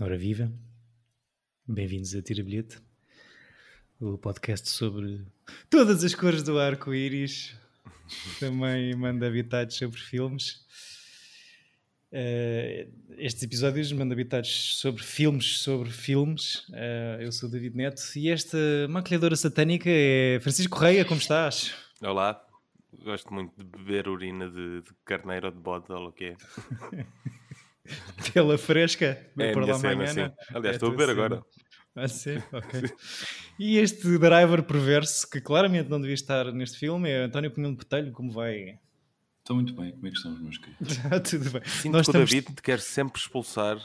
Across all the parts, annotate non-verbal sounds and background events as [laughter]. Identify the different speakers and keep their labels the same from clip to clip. Speaker 1: Hora viva, bem-vindos a Tira Bilhete, o podcast sobre todas as cores do
Speaker 2: [laughs]
Speaker 1: arco-íris, também manda bitados sobre filmes. Eh, estes episódios manda bitados sobre filmes, sobre filmes. Eh, eu sou o David Neto e esta maquilhadora satânica é Francisco Correia, como estás? [laughs]
Speaker 2: Olá, gosto muito de beber urina de, de carneiro ou de bode, ou o que é.
Speaker 1: Pela fresca,
Speaker 2: É a
Speaker 1: por
Speaker 2: minha
Speaker 1: lá
Speaker 2: cena,
Speaker 1: amanhã.
Speaker 2: sim. Aliás,
Speaker 1: É tua
Speaker 2: estou a beber
Speaker 1: cena.
Speaker 2: agora.
Speaker 1: Ah, sim?
Speaker 2: [laughs]
Speaker 1: Ok. E este driver perverso, que claramente não devia estar neste filme, é António Pinhão de Botelho, como vai? [laughs]
Speaker 3: Estão muito bem, como é que estão os meus queridos?
Speaker 1: Está tudo bem.
Speaker 2: Sinto
Speaker 1: Nós estamos-
Speaker 2: que o David te quer sempre expulsar.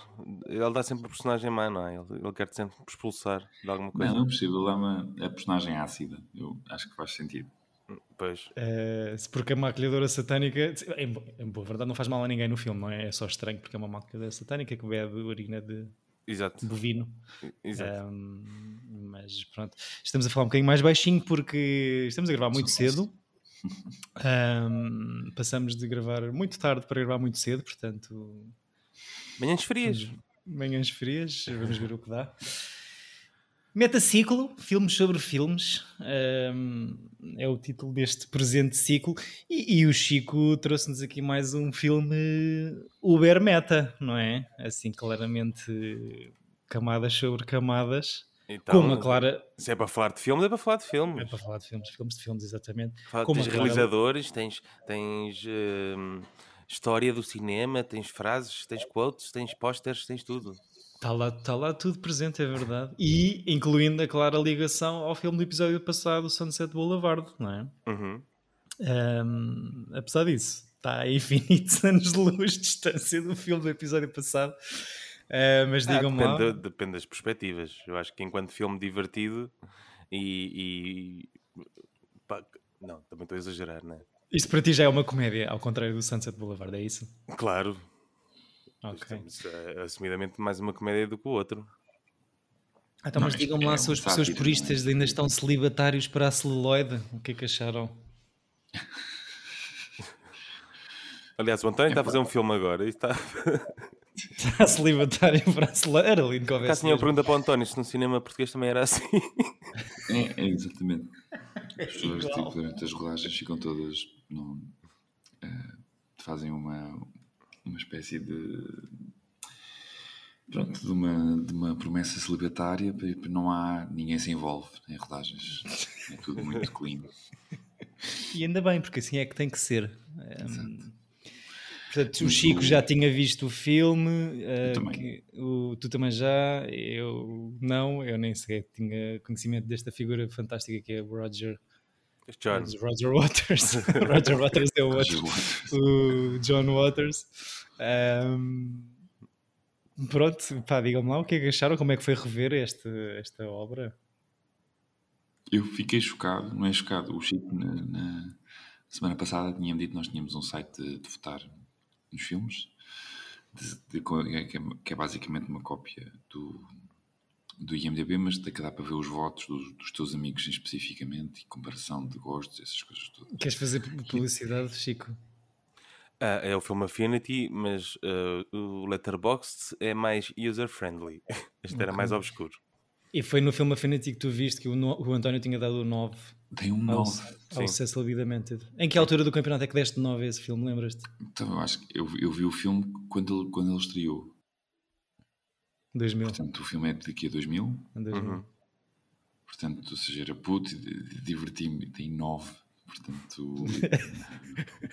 Speaker 2: Ele dá sempre a personagem má, não é? Ele, ele quer te sempre expulsar de alguma
Speaker 3: Bem,
Speaker 2: coisa.
Speaker 3: não é possível, ele é uma a personagem ácida, eu acho que faz sentido.
Speaker 2: Pois.
Speaker 1: Eh, se porque a maquilhadora satânica. Em, bo- em boa verdade, não faz mal a ninguém no filme, não é? É só estranho porque é uma maquilhadora satânica que bebe urina de
Speaker 2: Exato.
Speaker 1: bovino.
Speaker 2: Exato.
Speaker 1: É. Ahm, mas pronto, estamos a falar um bocadinho mais baixinho porque estamos a gravar muito
Speaker 3: Só posso.
Speaker 1: cedo. Ahm, passamos de gravar muito tarde para gravar muito cedo, portanto,
Speaker 2: Manhãs frias.
Speaker 1: Hum. manhãs frias, vamos ver o que dá. Metaciclo, filmes sobre filmes, ahm, é o título deste presente ciclo. E, e o Chico trouxe-nos aqui mais um filme Uber Meta, não é? Assim, claramente, camadas sobre camadas.
Speaker 2: Então,
Speaker 1: com uma clara.
Speaker 2: Se é para falar de filmes, é para falar de
Speaker 1: É
Speaker 2: filmes.
Speaker 1: para é falar de filmes, filmes de filmes, exatamente.
Speaker 2: Fala-
Speaker 1: com uma
Speaker 2: tens
Speaker 1: clara-
Speaker 2: realizadores, tens, tens hum, história do cinema, tens frases, tens quotes, tens posters, tens tudo.
Speaker 1: Está lá, tá lá tudo presente, é verdade. E incluindo é a clara ligação ao filme do episódio passado, Sunset Boulevard, não é?
Speaker 2: Uhum.
Speaker 1: Ahm, apesar disso, está a infinitos [laughs] anos de luz de distância do filme do episódio passado. Ah, mas
Speaker 2: Ah,
Speaker 1: digam-me lá.
Speaker 2: depende, depende das perspectivas. Eu acho que enquanto filme divertido e. e- pá, não, também estou a exagerar, não é?
Speaker 1: Isto para ti já é uma comédia, ao contrário do Sunset Boulevard, é isso?
Speaker 2: Claro,
Speaker 3: é
Speaker 1: Ok.
Speaker 3: um-
Speaker 2: estamos eh, assumidamente mais uma comédia do que o outro.
Speaker 1: Ah, Então,
Speaker 3: Não,
Speaker 1: mas
Speaker 3: isto
Speaker 1: digam-me
Speaker 3: é
Speaker 1: lá
Speaker 3: uma
Speaker 1: se os
Speaker 3: sátira,
Speaker 1: pessoas
Speaker 3: não é?
Speaker 1: puristas ainda estão celibatários para a celuloide. O que é que acharam? [laughs]
Speaker 2: Aliás, o António
Speaker 1: É
Speaker 2: está a fazer um filme agora. e Está...
Speaker 1: Está celibatário para a celuloide? Era lindo que
Speaker 2: Cá
Speaker 1: houvesse
Speaker 2: tinha uma
Speaker 3: um
Speaker 1: mesmo.
Speaker 2: pergunta para o António se no cinema português também era assim.
Speaker 1: [laughs]
Speaker 3: É, é exatamente. As pessoas
Speaker 1: Igual.
Speaker 3: tipo, durante as rolagens ficam todas. Não, eh, fazem uma, uma espécie de. Pronto, de uma, de uma promessa celibatária, para- para não há. ninguém se envolve em rodagens. É tudo muito clean.
Speaker 1: E ainda bem, porque assim é que tem que ser. Ahm, Portanto, o Chico já tinha visto o filme, ah,
Speaker 3: também.
Speaker 1: que- o, tu também já, eu não, eu nem sequer tinha conhecimento desta figura fantástica que é o Roger,
Speaker 2: John,
Speaker 1: Roger Waters. [laughs] O Roger Waters é o outro, o John Waters. Ahm, pronto, pá, digam-me lá o que é que acharam, como é que foi rever este, esta obra?
Speaker 3: Eu fiquei chocado, não é chocado. O Chico, na, na semana passada, tinha-me dito que nós tínhamos um site de, de votar nos filmes, de- de co- que, é, que é basicamente uma cópia do, do IMDB, mas tem que dar para ver os votos dos, dos teus amigos especificamente e comparação de gostos, essas coisas todas.
Speaker 1: Queres fazer publicidade, Chico?
Speaker 2: Ah, é o filme Affinity, mas eh, o Letterboxd é mais user-friendly. [laughs] Este era mais obscuro.
Speaker 1: E foi no filme Affinity que tu viste que o, no- o António tinha dado o 9
Speaker 3: Tem um
Speaker 1: ao,
Speaker 3: 9.
Speaker 1: ao
Speaker 2: Sim.
Speaker 1: Cecil B. DeMented. Em que altura do campeonato é que deste 9 a esse filme, lembras-te?
Speaker 3: Então, eu acho que eu, eu vi o filme quando ele, quando ele estreou.
Speaker 1: 2000.
Speaker 3: Portanto, o filme é daqui a 2000.
Speaker 1: em 2000.
Speaker 2: Uhum.
Speaker 3: Portanto, ou seja, era puto, e de- de- diverti-me, tem 9. Portanto,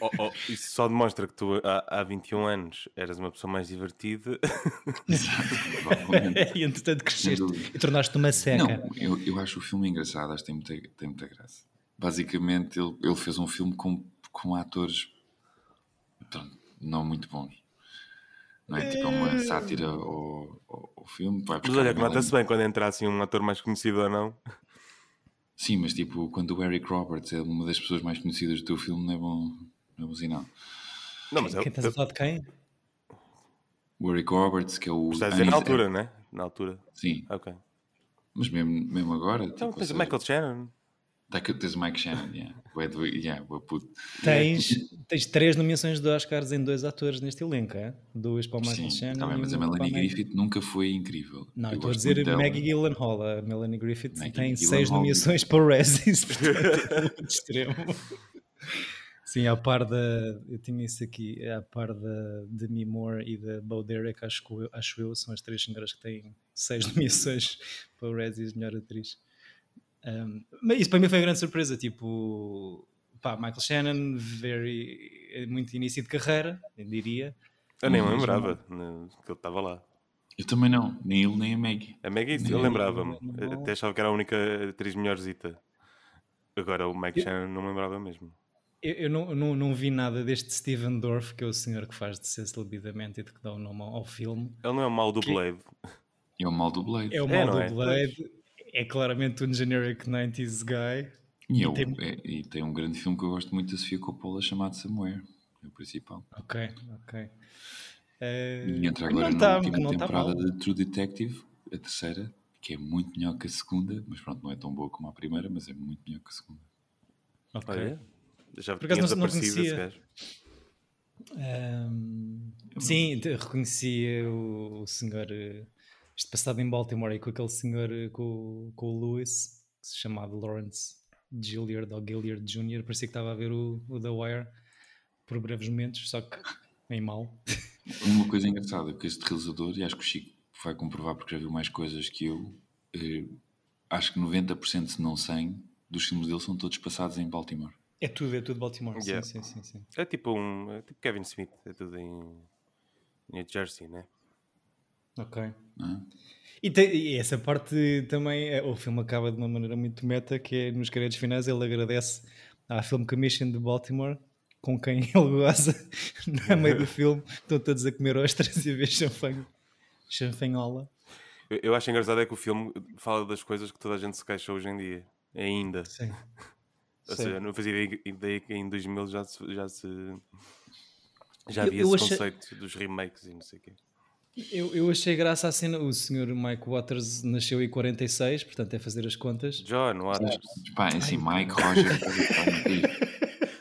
Speaker 2: Oh, oh, isso só demonstra que tu, há, há 21 anos, eras uma pessoa mais divertida.
Speaker 3: exato, provavelmente.
Speaker 1: [laughs] e entretanto cresceste
Speaker 3: Sem dúvida.
Speaker 1: e tornaste-te uma seca.
Speaker 3: Não, eu, eu acho o filme engraçado, acho que tem muita, tem muita graça. Basicamente, ele, ele fez um filme com, com atores pronto, não muito bons. Não é? Tipo, é uma sátira ao, ao, ao filme. vai
Speaker 2: Eh. Mas
Speaker 3: buscar
Speaker 2: olha,
Speaker 3: um
Speaker 2: que nota-se
Speaker 3: elenco.
Speaker 2: bem quando entra assim um ator mais conhecido ou não.
Speaker 3: Sim, mas tipo, quando o Eric Roberts é uma das pessoas mais conhecidas do teu filme, não é bom, não é bom sinal.
Speaker 2: Não, mas é-
Speaker 1: Quem estás a
Speaker 2: é-
Speaker 1: falar de quem?
Speaker 3: O Eric Roberts, que é o.
Speaker 2: estás tá a dizer na
Speaker 3: Anis-
Speaker 2: altura, não é? Na altura.
Speaker 3: Sim,
Speaker 2: Ok.
Speaker 3: mas mesmo, mesmo agora.
Speaker 2: Então,
Speaker 3: tipo, ou
Speaker 2: tens o
Speaker 3: seja,
Speaker 2: Michael Shannon.
Speaker 3: Daquele tens o Mike Shannon, yeah. Bué do- yeah, bué puto.
Speaker 1: Tens, tens três nomeações de Oscars em dois atores neste elenco, é? Duas para o Michael
Speaker 3: Sim,
Speaker 1: Shannon.
Speaker 3: tá bem,
Speaker 1: e
Speaker 3: mas a
Speaker 1: uma um para
Speaker 3: Melanie
Speaker 1: Meg-
Speaker 3: Griffith nunca foi incrível.
Speaker 1: Não,
Speaker 3: Eu
Speaker 1: estou a
Speaker 3: gosto
Speaker 1: dizer
Speaker 3: muito dela.
Speaker 1: Maggie Gyllenhaal. A Melanie Griffith
Speaker 3: Maggie
Speaker 1: tem seis
Speaker 3: Gyllenhaal. é
Speaker 1: nomeações para o Razzies, portanto é
Speaker 3: [laughs]
Speaker 1: muito extremo. Sim, à par da. Eu tinha isso aqui, é à par da Demi Moore e da Bo Derek, acho que eu, acho eu, são as três senhoras que têm seis [laughs] nomeações para o Razzies, melhor atriz. Um, mas isso para mim foi uma grande surpresa. Tipo, pá, Michael Shannon, very, muito início de carreira, eu diria.
Speaker 2: Eu nem
Speaker 1: Uhum.
Speaker 3: Não, mas
Speaker 2: lembrava né, que ele estava lá.
Speaker 3: Eu também não, nem ele nem a Maggie.
Speaker 2: A Maggie,
Speaker 3: Não,
Speaker 2: eu lembrava-me.
Speaker 1: não, não.
Speaker 2: Até achava que era a única atriz melhorzita. Agora o Mike
Speaker 1: Eu-
Speaker 2: Shannon não lembrava mesmo.
Speaker 1: Eu, eu não, eu não, não vi nada deste Steven Dorff, que é o senhor que faz de Cecil B. DeMente e de que dá o nome ao, ao filme.
Speaker 2: Ele não é um mau do Blade.
Speaker 3: É o mal do Blade.
Speaker 1: É o
Speaker 2: É,
Speaker 1: mal
Speaker 2: não é?
Speaker 1: do Blade, é claramente um generic 90s guy.
Speaker 3: E, eu-
Speaker 1: tem-
Speaker 3: é- e tem um grande filme que eu gosto muito da Sofia Coppola chamado Somewhere. É o principal.
Speaker 1: Ok, ok. Eh,
Speaker 3: E entra
Speaker 1: que não
Speaker 3: agora
Speaker 1: tá-
Speaker 3: na última
Speaker 1: que não tá
Speaker 3: temporada
Speaker 1: mal.
Speaker 3: de True Detective, a terceira, que é muito melhor que a segunda, mas pronto, não é tão boa como a primeira, mas é muito melhor que a segunda.
Speaker 1: Ok.
Speaker 2: Olha, já
Speaker 1: Por
Speaker 2: tinha
Speaker 1: acaso não- não
Speaker 2: desaparecido esse
Speaker 1: conhecia.
Speaker 2: gajo.
Speaker 1: Ahm, sim, te- reconheci o, o senhor, eh, isto passado em Baltimore, e com aquele senhor, eh, com, com o Lewis, que se chamava Lawrence Gilliard ou Gilliard Jr., parecia que estava a ver o, o The Wire por breves momentos, só [laughs] que em mal.
Speaker 3: Uma coisa engraçada, porque este realizador, e acho que o Chico vai comprovar porque já viu mais coisas que eu, eh, acho que 90%, se não 100%, dos filmes dele são todos passados em Baltimore.
Speaker 1: É tudo, é tudo Baltimore,
Speaker 2: Yeah.
Speaker 1: sim, sim, sim, sim.
Speaker 2: É tipo um. É tipo Kevin Smith, é tudo em New Jersey, né?
Speaker 1: Ok.
Speaker 3: não é?
Speaker 1: E, tem- e essa parte também, eh, o filme acaba de uma maneira muito meta, que é nos créditos finais ele agradece à Film Commission de Baltimore, com quem [laughs] ele goza, no meio do filme, estão todos a comer ostras e a ver champanhe, champanhola.
Speaker 2: Eu, eu acho engraçado é que o filme fala das coisas que toda a gente se queixa hoje em dia. Ainda.
Speaker 1: Sim.
Speaker 2: Ou
Speaker 1: Sim.
Speaker 2: seja, não fazia ideia- ideia que em 2000 já se. Já, se, já
Speaker 1: Eu-
Speaker 2: havia
Speaker 1: eu
Speaker 2: esse
Speaker 1: achei-
Speaker 2: conceito dos remakes e não sei o quê.
Speaker 1: Eu, eu achei graça a cena, o senhor Mike Waters nasceu em 46, portanto é fazer as contas.
Speaker 2: John Waters.
Speaker 3: Pá, é assim, Mike, Roger, [laughs]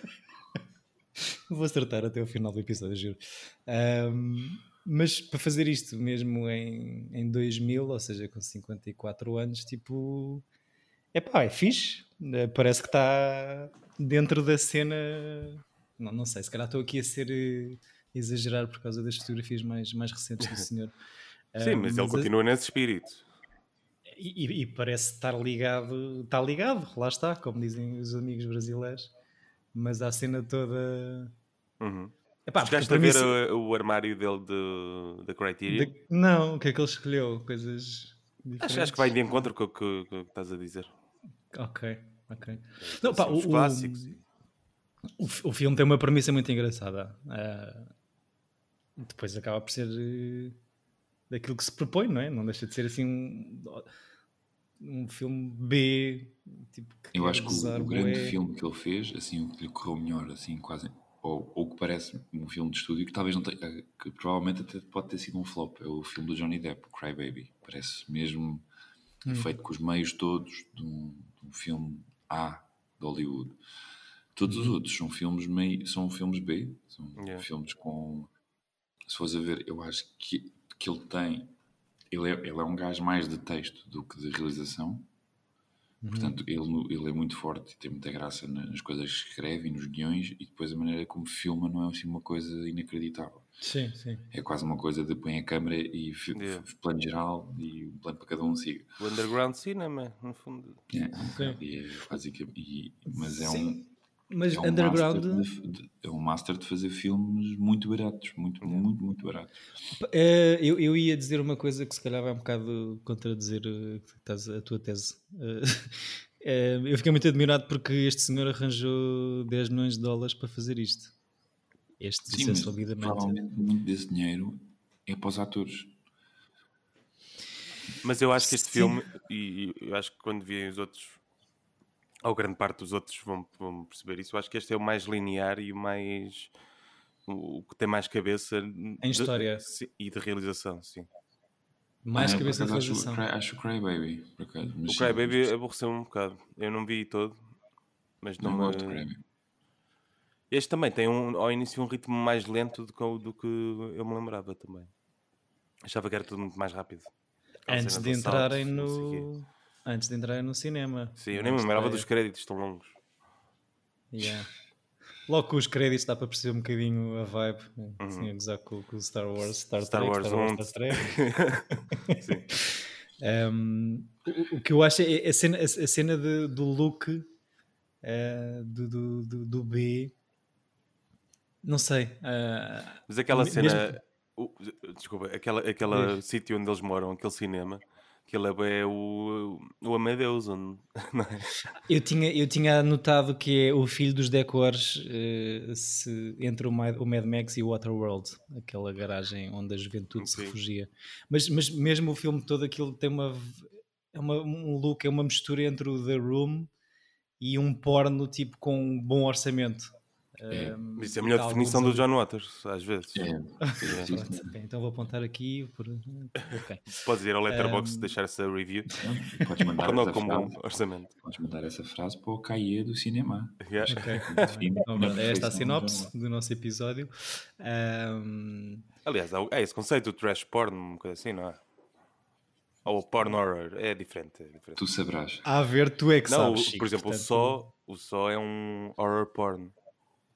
Speaker 1: Vou acertar até o final do episódio, juro. Ahm, mas para fazer isto mesmo em, em 2000, ou seja, com 54 anos, tipo. É pá, é fixe. Eh, Parece que está dentro da cena. Não, não sei, se calhar estou aqui a ser. eh, exagerar por causa das fotografias mais, mais recentes
Speaker 2: Uhum.
Speaker 1: do senhor.
Speaker 2: Sim,
Speaker 1: Ah,
Speaker 2: mas ele
Speaker 1: a-
Speaker 2: continua nesse espírito.
Speaker 1: E, e- e parece estar ligado, está ligado, lá está, como dizem os amigos brasileiros. Mas a cena toda.
Speaker 2: Uhum.
Speaker 1: Epá, porque
Speaker 2: Chegaste
Speaker 1: para
Speaker 2: a
Speaker 1: mim
Speaker 2: ver
Speaker 1: se-
Speaker 2: uh, o, armário dele de- da Criteria?
Speaker 1: De- Não, o que é que ele escolheu? Coisas diferentes.
Speaker 2: Acho, acho que vai de encontro com o que, com o que estás a dizer.
Speaker 1: Ok, ok. Não, pá,
Speaker 2: Assim, os
Speaker 1: o- o-
Speaker 2: clássicos. e-
Speaker 1: O, fi- o filme tem uma premissa muito engraçada. Ah, depois acaba por ser eh, daquilo que se propõe, não é? Não deixa de ser assim um, um filme B. Tipo, que
Speaker 3: Eu
Speaker 1: quer
Speaker 3: acho que
Speaker 1: gozar
Speaker 3: o, o grande
Speaker 1: bué.
Speaker 3: filme que ele fez, assim, o que lhe correu melhor, assim, quase, ou, ou que parece um filme de estúdio que talvez não tenha, que provavelmente até pode ter sido um flop, é o filme do Johnny Depp, Cry Baby. Parece mesmo feito com os meios todos de um, de um filme A de Hollywood. Todos os outros são filmes meio, são filmes B, são
Speaker 2: Uhum. Yeah.
Speaker 3: filmes com. Se fores a ver, eu acho que, que ele tem. Ele é, ele é um gajo mais de texto do que de realização.
Speaker 2: Uhum.
Speaker 3: Portanto, ele, no- ele é muito forte e tem muita graça na- nas coisas que escreve e nos guiões, e depois a maneira como filma não é assim uma coisa inacreditável.
Speaker 1: Sim, sim.
Speaker 3: É quase uma coisa de põe a câmera e fi-
Speaker 2: Yeah.
Speaker 3: fi- plano geral e um plano para cada um siga.
Speaker 2: O Underground Cinema, no fundo.
Speaker 3: É,
Speaker 1: Ok.
Speaker 3: e é basicamente. e- mas é um,
Speaker 1: Sim, Mas
Speaker 3: é um
Speaker 1: Underground.
Speaker 3: Master de, de- é um master de fazer filmes muito baratos, muito, muito, muito baratos.
Speaker 1: Eh, eu, eu ia dizer uma coisa que se calhar vai um bocado contradizer eh, que estás- a tua tese. Eh, [laughs] eh, eu fiquei muito admirado porque este senhor arranjou 10 milhões de dólares para fazer isto. Este
Speaker 3: Sim, mas
Speaker 1: licença obviamente.
Speaker 3: provavelmente muito desse dinheiro é para os atores.
Speaker 2: Mas eu acho que este
Speaker 1: Sim.
Speaker 2: filme, e e eu acho que quando virem os outros, ou grande parte dos outros vão, vão perceber isso, eu acho que este é o mais linear e o mais. o o que tem mais cabeça. Em
Speaker 1: história.
Speaker 2: e de realização, sim.
Speaker 1: Mais
Speaker 3: Ah, eu,
Speaker 1: cabeça de
Speaker 3: por acaso, acho, o
Speaker 1: realização.
Speaker 3: Cry- acho o Crybaby, por acaso. mas
Speaker 2: O é
Speaker 3: sim,
Speaker 2: Crybaby aborreceu-me um bocado. Eu não vi todo, Mas
Speaker 3: Não
Speaker 2: não me-
Speaker 3: gosto de Grammy.
Speaker 2: Este também tem um, ao início um ritmo mais lento do que, o- do que eu me lembrava também. Achava que era tudo muito mais rápido. Aquela
Speaker 1: Antes
Speaker 2: cena
Speaker 1: de
Speaker 2: do salto,
Speaker 1: entrarem
Speaker 2: não sei o quê.
Speaker 1: no. Antes de entrarem no cinema.
Speaker 2: Sim, eu
Speaker 1: na
Speaker 2: nem me lembrava dos
Speaker 1: estreia.
Speaker 2: créditos tão longos.
Speaker 1: Yeah. Logo com os créditos dá para perceber um bocadinho a vibe. né? Sim, a gozar com, com o Star Wars, Star,
Speaker 2: Uhum. Star
Speaker 1: Trek,
Speaker 2: Wars
Speaker 1: Star Wars,
Speaker 2: um.
Speaker 1: Star Trek.
Speaker 2: [laughs] Sim.
Speaker 1: Um, o, o que eu acho é a cena, a, a cena de- do look eh, do, do, do, do B. Não sei. ah,
Speaker 2: Mas aquela
Speaker 1: Me-
Speaker 2: cena.
Speaker 1: mesmo-
Speaker 2: o- desculpa, aquela, aquela sítio onde eles moram, aquele cinema, aquele é bué o, o Amadeus. Onde, não é?
Speaker 1: eu, tinha, eu tinha anotado que é o filho dos decores eh, se, entre o, Ma- o Mad Max e o Waterworld, aquela garagem onde a juventude se
Speaker 2: Sim.
Speaker 1: refugia. Mas, mas mesmo o filme todo aquilo tem uma, v- é uma- um look, é uma mistura entre o The Room e um porno tipo com um bom orçamento.
Speaker 3: É.
Speaker 1: Um,
Speaker 2: Isso é a melhor
Speaker 1: há algum
Speaker 2: definição do
Speaker 1: desafio.
Speaker 2: John Waters, às vezes.
Speaker 3: É,
Speaker 2: É.
Speaker 3: sim,
Speaker 1: Pronto,
Speaker 3: sim.
Speaker 1: ok, então vou apontar aqui. Por...
Speaker 2: [laughs]
Speaker 1: ok.
Speaker 2: Podes ir ao Letterboxd
Speaker 1: Hum.
Speaker 2: deixar essa review.
Speaker 3: Não, Podes mandar,
Speaker 2: Pornô
Speaker 3: essa
Speaker 2: como um
Speaker 3: frase,
Speaker 2: orçamento.
Speaker 3: podes mandar essa frase para o Caie do cinema.
Speaker 2: Yeah.
Speaker 1: ok.
Speaker 3: Sim,
Speaker 1: Então,
Speaker 3: na
Speaker 1: pronto, é esta a
Speaker 3: perfeição do
Speaker 1: sinopse do nosso episódio. Ahm,
Speaker 2: Aliás, há o- é esse conceito do trash porn, uma coisa assim, não é? Ou o porn horror, é diferente. É diferente.
Speaker 3: Tu sabrás.
Speaker 1: a ver, tu é que
Speaker 2: não, o-
Speaker 1: sabes. Chico,
Speaker 2: por exemplo,
Speaker 1: portanto,
Speaker 2: o Só, o Só é um horror porn.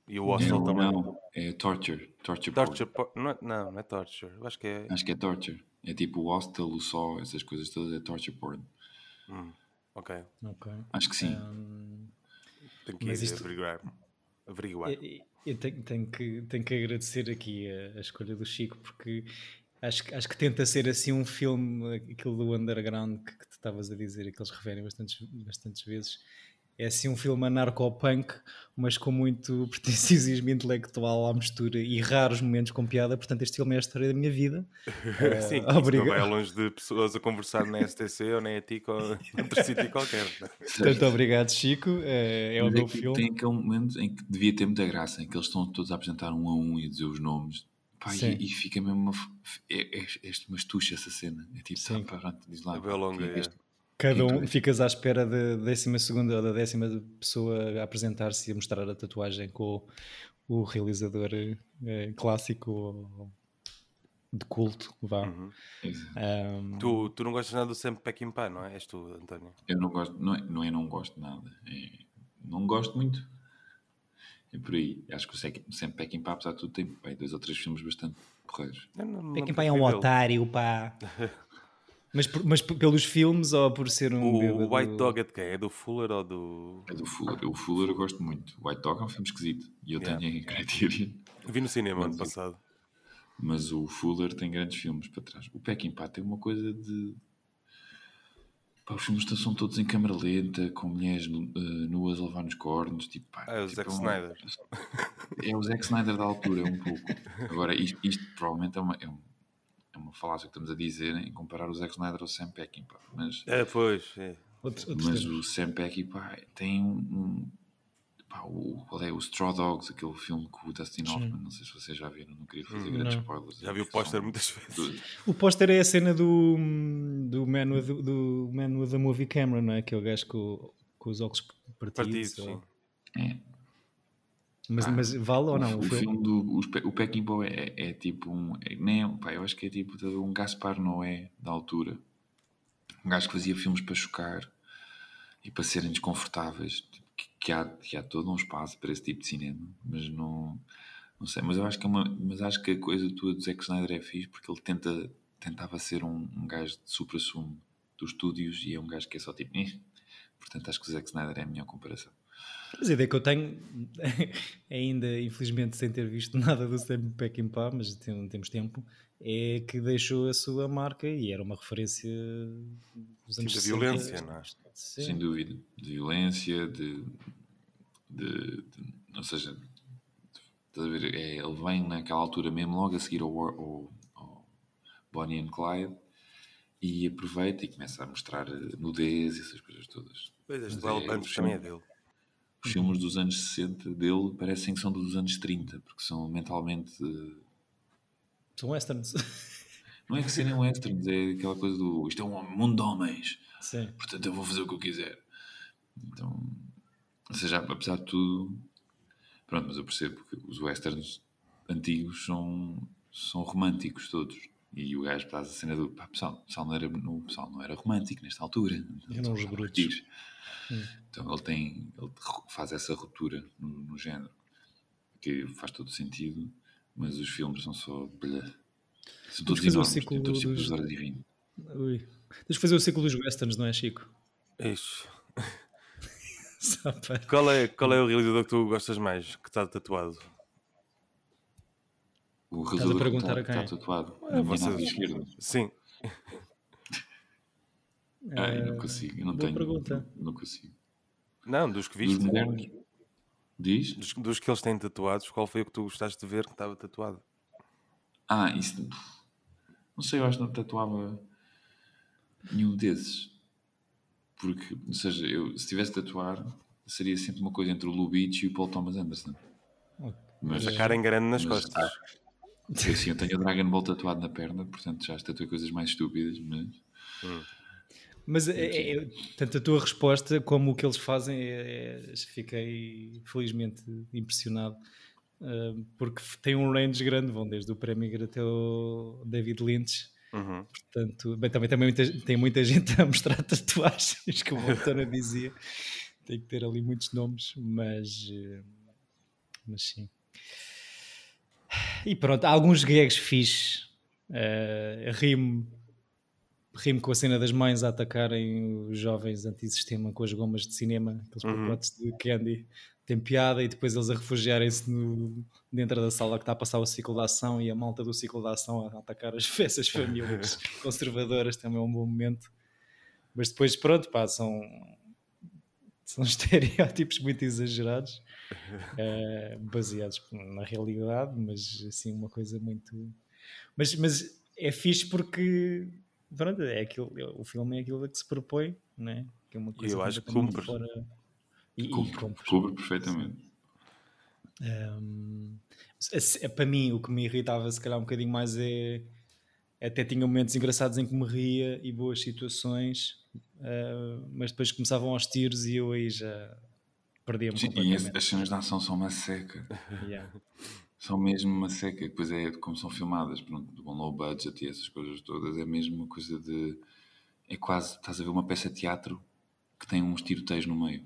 Speaker 2: E o Hostel
Speaker 3: Não,
Speaker 2: também.
Speaker 3: não, é torture. Torture, porn.
Speaker 2: Torture porn, não, é- não, não é torture. Eu acho que é.
Speaker 3: Acho que é torture. É tipo o hostel, o sol, essas coisas todas é torture porn.
Speaker 2: Ok,
Speaker 1: ok.
Speaker 3: Acho que sim.
Speaker 1: Ahm,
Speaker 2: tenho que
Speaker 1: Mas
Speaker 2: ir
Speaker 1: isto- É,
Speaker 2: averiguar. Averiguar. [laughs]
Speaker 1: eu eu tenho, tenho que, tenho que agradecer aqui a, a escolha do Chico, porque acho, que- acho que tenta ser assim um filme, aquilo do underground que, que tu estavas a dizer e que eles referem bastantes, bastantes vezes. É assim um filme anarcopunk, mas com muito [laughs] pretensiosismo intelectual à mistura e raros momentos com piada. Portanto, este filme é a história da minha vida. Eh,
Speaker 2: Sim, isto não
Speaker 1: obrigado.
Speaker 2: vai ao longe de pessoas a conversar na STC ou na ETIC [laughs] ou noutro sítio qualquer. é?
Speaker 1: Portanto, obrigado, Chico. Eh, É, o
Speaker 3: Mas
Speaker 1: meu
Speaker 3: que
Speaker 1: filme.
Speaker 3: Tem aquele momento em que devia ter muita graça, em que eles estão todos a apresentar um a um e a dizer os nomes. Pá,
Speaker 1: Sim.
Speaker 3: e, e fica mesmo uma, f- f- é, é, é uma estucha essa cena. É tipo,
Speaker 1: Sim.
Speaker 3: tá, pá, pronto, diz lá.
Speaker 2: É bem longa,
Speaker 3: quem é
Speaker 2: é.
Speaker 3: este?
Speaker 1: Cada
Speaker 3: Muito
Speaker 1: um,
Speaker 3: bem.
Speaker 1: ficas à espera da décima segunda ou da décima pessoa a apresentar-se e a mostrar a tatuagem com o, o realizador eh, clássico ou de culto, vá.
Speaker 2: Uhum.
Speaker 3: Exato.
Speaker 1: Ahm,
Speaker 2: Tu, tu não gostas nada do Sam Peckinpah, não é? És tu, António.
Speaker 3: Eu não gosto, não é, não é não gosto de nada. É, não gosto muito. É por aí. Acho que o Sam- Sam Peckinpah, apesar de tudo, tem bem, dois ou três filmes bastante porreiros.
Speaker 2: Eu não- não
Speaker 1: Peckinpah é um
Speaker 2: prefiro ele.
Speaker 1: otário, pá. [laughs] mas, por- mas p- pelos filmes ou por ser um
Speaker 2: O,
Speaker 1: bêbado?
Speaker 2: o White Dog é de quem? É do Fuller ou do.
Speaker 3: É do Fuller. O Fuller eu gosto muito. O White Dog é um filme esquisito. E eu
Speaker 2: Yeah.
Speaker 3: tenho a criteria.
Speaker 2: Vi no cinema ano
Speaker 3: Mas-
Speaker 2: passado.
Speaker 3: Mas o Fuller tem grandes filmes para trás. O Peckinpah tem uma coisa de. Pá, os filmes são todos em câmara lenta, com mulheres nu- eh, nuas a levar nos cornos. Tipo, pá,
Speaker 2: Ah, é o
Speaker 3: tipo,
Speaker 2: Zack
Speaker 3: um-
Speaker 2: Snyder.
Speaker 3: É o Zack Snyder da altura, um pouco. Agora, isto, isto provavelmente é uma, é, um- é uma falácia que estamos a dizer em comparar o Zack Snyder ao Sam Peckinpah. Mas,
Speaker 2: É, pois. É.
Speaker 1: Outro- outro
Speaker 3: mas
Speaker 1: tempo.
Speaker 3: o Sam Peckinpah tem um... um- pá, o, qual é? O Straw Dogs, aquele filme com o Dustin Hoffman. Não sei se vocês já viram, não queria fazer grandes
Speaker 1: Não.
Speaker 3: spoilers.
Speaker 2: Hum, Já vi o
Speaker 3: São-
Speaker 2: póster muitas vezes.
Speaker 1: O póster é a cena do, do, man with, do Man with the Movie Camera, não é? Que é o gajo com, com os óculos partidos.
Speaker 2: Partido,
Speaker 1: ou-
Speaker 2: sim.
Speaker 3: É,
Speaker 1: Mas,
Speaker 3: Ah,
Speaker 1: mas vale ou
Speaker 3: O
Speaker 1: não?
Speaker 3: fi-
Speaker 1: o
Speaker 3: O,
Speaker 1: filme?
Speaker 3: filme do os Pe- o Peckinpah é, é tipo um. É, nem, é um- pá, eu acho que é tipo de um Gaspar Noé da altura. Um gajo que fazia filmes para chocar e para serem desconfortáveis. tipo, que, que há, que há todo um espaço para esse tipo de cinema, mas não. Não sei, mas eu acho que, é uma, mas acho que a coisa tua do Zack Snyder é fixe porque ele tenta, tentava ser um, um gajo de supra-sumo dos estúdios e é um gajo que é só tipo. "Eh". Portanto, acho que o Zack Snyder é a melhor comparação.
Speaker 1: Mas a ideia que eu tenho, [laughs] ainda infelizmente sem ter visto [laughs] nada do Sam Peckinpah, mas tem- temos tempo, é que deixou a sua marca e era uma referência dos anos
Speaker 2: da
Speaker 1: 60.
Speaker 2: violência, não é?
Speaker 1: Sim.
Speaker 3: Sem dúvida. De violência, de. de, de- ou seja, estás a ver? É, ele vem naquela altura mesmo, logo a seguir ao, War- ao, ao Bonnie and Clyde, e aproveita e começa a mostrar eh, nudez e essas coisas todas.
Speaker 2: Pois, este
Speaker 3: Mas é,
Speaker 2: Wild Bunch
Speaker 3: o
Speaker 2: também é
Speaker 3: filme-
Speaker 2: dele.
Speaker 3: Os filmes dos anos 60 dele parecem que são dos anos 30, porque são mentalmente. eh,
Speaker 1: São westerns. [laughs]
Speaker 3: Não é que serem westerns, é aquela coisa do. Isto é um mundo de homens.
Speaker 1: Sim.
Speaker 3: portanto eu vou fazer o que eu quiser. Então, Ou seja, apesar de tudo, pronto, mas eu percebo que os westerns antigos são, são românticos todos. E o gajo traz a cena do pá, pessoal, o pessoal não era, o pessoal não era romântico nesta altura. Então,
Speaker 1: Eram uns
Speaker 3: Não
Speaker 1: brutos.
Speaker 3: curtir. Então ele tem, ele faz essa ruptura no, no género, que faz todo sentido, mas os filmes são só. blá. São todos
Speaker 1: fazer o
Speaker 3: enormes,
Speaker 1: um ciclo
Speaker 3: têm todos sempre
Speaker 1: dos-
Speaker 3: duas horas e vinte.
Speaker 1: Ui. Tens que fazer o ciclo dos westerns, não é, Chico? [laughs]
Speaker 2: Isso.
Speaker 1: Só para-
Speaker 2: Qual é, qual é o realizador que tu gostas mais, que está tatuado?
Speaker 3: O
Speaker 1: a
Speaker 3: realizador
Speaker 1: perguntar
Speaker 3: está,
Speaker 1: a quem? Ah,
Speaker 3: está tatuado na minha
Speaker 2: vocês-
Speaker 3: nave esquerda.
Speaker 2: Sim.
Speaker 3: Ah, eu
Speaker 1: Eh,
Speaker 3: não consigo, eu não
Speaker 1: boa
Speaker 3: tenho.
Speaker 1: pergunta.
Speaker 3: Não, não consigo.
Speaker 2: Não, dos que
Speaker 3: Dos
Speaker 2: viste.
Speaker 3: modernos, diz?
Speaker 2: Dos, dos que eles têm tatuados, qual foi o que tu gostaste de ver que estava tatuado?
Speaker 3: Ah, isso. Não sei, eu acho que não tatuava nenhum desses. Porque, ou seja, eu, se tivesse de tatuar, seria sempre uma coisa entre o Lubitsch e o Paul Thomas Anderson. Mas,
Speaker 1: É,
Speaker 2: A cara em grande nas
Speaker 3: Mas-
Speaker 2: costas.
Speaker 1: tá.
Speaker 3: eu, assim, eu tenho o Dragon Ball tatuado na perna, portanto já estatuei coisas mais estúpidas, mas.
Speaker 1: Mas é- é- é- tanto a tua resposta como o que eles fazem, é- é- fiquei felizmente impressionado. ah, Porque f- tem um range grande, vão desde o Premier até o David Lynch.
Speaker 2: Uhum. [laughs]
Speaker 1: Portanto, bem, também, também muita- tem muita gente a mostrar [laughs] tatuagens, como a Tona dizia. Tem que ter ali muitos nomes, mas, eh, mas sim. E pronto, há alguns gags fixes. Eh, rimo, rimo com a cena das mães a atacarem os jovens antissistema com as gomas de cinema, aqueles
Speaker 2: Uhum.
Speaker 1: pacotes de candy. Tem piada e depois eles a refugiarem-se no- dentro da sala que está a passar o ciclo da ação e a malta do ciclo da ação a atacar as, [laughs] essas famílias conservadoras também é um bom momento. Mas depois, pronto, pá, são, são [laughs] estereótipos muito exagerados, eh, baseados na realidade, mas assim, uma coisa muito. Mas, mas é fixe porque, pronto, é aquilo, o filme é aquilo a que se propõe, né? Que é uma coisa
Speaker 2: eu acho que
Speaker 1: completamente
Speaker 2: cumpre.
Speaker 1: fora- E, e
Speaker 3: Cubro,
Speaker 1: cumpre.
Speaker 3: cubro perfeitamente.
Speaker 1: Um, se- se- para mim, o que me irritava, se calhar, um bocadinho mais é. Até tinha momentos engraçados em que me ria e boas situações, uh, mas depois começavam aos tiros e eu aí já perdia-me
Speaker 3: Sim, e as,
Speaker 1: completamente.
Speaker 3: as cenas de ação são uma seca.
Speaker 1: Yeah.
Speaker 3: São mesmo uma seca. Depois é como são filmadas, pronto, com low budget e essas coisas todas. É mesmo uma coisa de. É quase. Estás a ver uma peça de teatro que tem uns tiroteios no meio.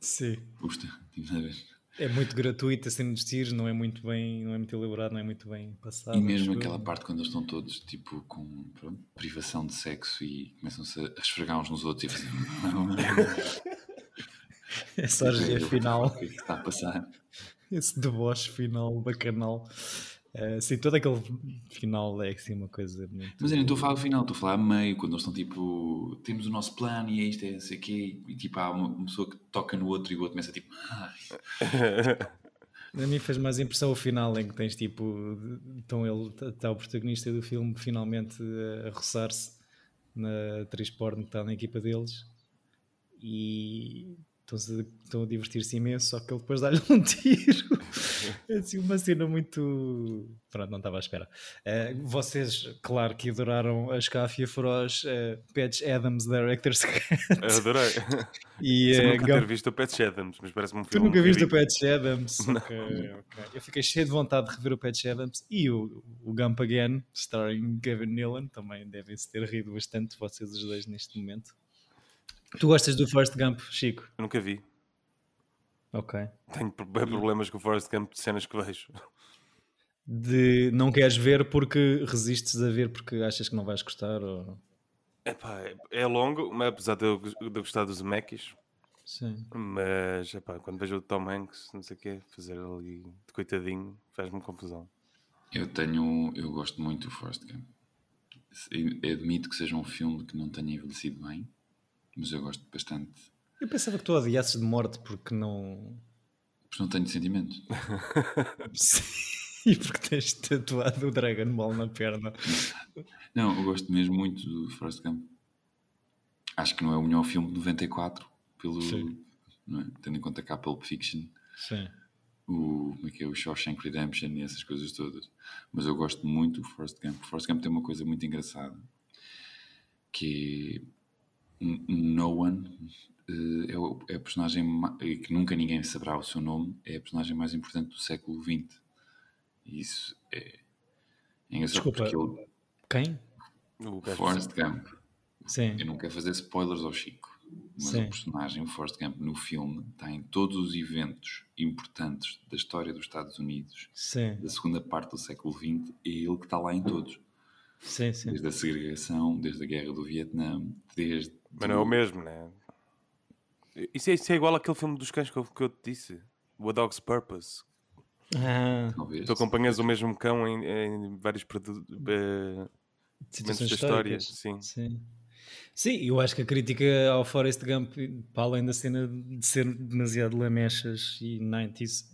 Speaker 1: Sim.
Speaker 3: Custa, [laughs] tipo, a ver?
Speaker 1: É muito gratuito a cena dos tiros, não é muito bem, não é muito elaborado, não é muito bem passado.
Speaker 3: E
Speaker 1: acho
Speaker 3: mesmo
Speaker 1: eu. [laughs]
Speaker 3: aquela parte quando eles estão todos tipo com pronto, privação de sexo e começam-se a esfregar uns nos outros e fazem.
Speaker 1: Essa orgia final. [laughs]
Speaker 3: O que é que está a passar?
Speaker 1: esse deboche final bacanal. Uh, sim, todo aquele final é assim uma coisa muito.
Speaker 3: Mas eu não estou a falar do final, estou a falar a meio, quando eles estão tipo, temos o nosso plano e é isto, é não sei o quê, e tipo há uma, uma pessoa que toca no outro e o outro começa tipo, "Ai,
Speaker 1: A mim fez mais impressão o final em que tens tipo. Então ele está o protagonista do filme finalmente a roçar-se na atriz porno que está na equipa deles e estão-se- estão a divertir-se imenso, só que ele depois dá-lhe um [laughs] tiro. É assim, uma cena muito. Pronto, não estava à espera. Eh, vocês, claro que adoraram a Escáfia Feroz, eh, Patch Adams, Director's Cut
Speaker 2: Eu adorei.
Speaker 1: e
Speaker 2: Sem
Speaker 1: eh,
Speaker 2: nunca
Speaker 1: Gump
Speaker 2: ter visto o Pat Adams, mas parece-me um
Speaker 1: Tu
Speaker 2: filme.
Speaker 1: nunca viste o
Speaker 2: incrível.
Speaker 1: Patch Adams? Ok, ok. Eu fiquei cheio de vontade de rever o Patch Adams e o, o Gump Again, starring Gavin Nealon. Também devem-se ter rido bastante vocês os dois neste momento. Tu gostas do First Gump, Chico?
Speaker 2: Eu Nunca vi.
Speaker 1: Ok.
Speaker 2: Tenho pro- bem problemas com o Forrest Gump de cenas que vejo.
Speaker 1: De não queres ver porque resistes a ver porque achas que não vais gostar? Ou...
Speaker 2: Epá, é longo, mas apesar de eu, de eu gostar dos Zemeckis,
Speaker 1: Sim.
Speaker 2: mas epá, quando vejo o Tom Hanks, não sei o quê, fazer ali de coitadinho, faz-me confusão.
Speaker 3: Eu tenho. Eu gosto muito do Forrest Gump. Se- Admito que seja um filme que não tenha envelhecido bem, mas eu gosto bastante.
Speaker 1: Eu pensava que tu odiasses de morte porque [laughs] não.
Speaker 3: Porque não tenho sentimentos.
Speaker 1: [laughs] e porque tens tatuado o Dragon Ball na perna.
Speaker 3: Não, eu gosto mesmo muito do Forrest Gump. Acho que não é o melhor filme de 94, pelo,
Speaker 1: Sim.
Speaker 3: não é? tendo em conta que há Pulp Fiction,
Speaker 1: Sim.
Speaker 3: o, como é que é, o Shawshank Redemption e essas coisas todas. Mas eu gosto muito do Forrest Gump. O Forrest Gump tem uma coisa muito engraçada que é N- No One eh, é, o- é a personagem ma- eh, que nunca ninguém saberá o seu nome, é a personagem mais importante do século XX. E isso é, é engraçado
Speaker 1: Desculpa.
Speaker 3: porque ele,
Speaker 1: Quem?
Speaker 2: O gajo-
Speaker 3: Forrest Gump,
Speaker 1: Sim.
Speaker 3: eu não quero fazer spoilers ao Chico, mas
Speaker 1: Sim.
Speaker 3: o personagem, o Forrest Gump, no filme, está em todos os eventos importantes da história dos Estados Unidos,
Speaker 1: Sim,
Speaker 3: da segunda parte do século XX, é ele que está lá em todos.
Speaker 1: sim, sim.
Speaker 3: Desde a segregação, desde a guerra do Vietnã, desde.
Speaker 2: Mas não é o mesmo, né? Isso é, isso é igual àquele filme dos cães que eu, que eu te disse. O A Dog's Purpose.
Speaker 1: Ah,
Speaker 3: Talvez.
Speaker 2: Tu acompanhas o mesmo cão em, em vários produ- eh, momentos da
Speaker 1: situações
Speaker 2: história.
Speaker 1: históricas.
Speaker 2: Sim.
Speaker 1: Sim. Sim, eu acho que a crítica ao Forrest Gump, para além da cena de ser demasiado lamechas e 90s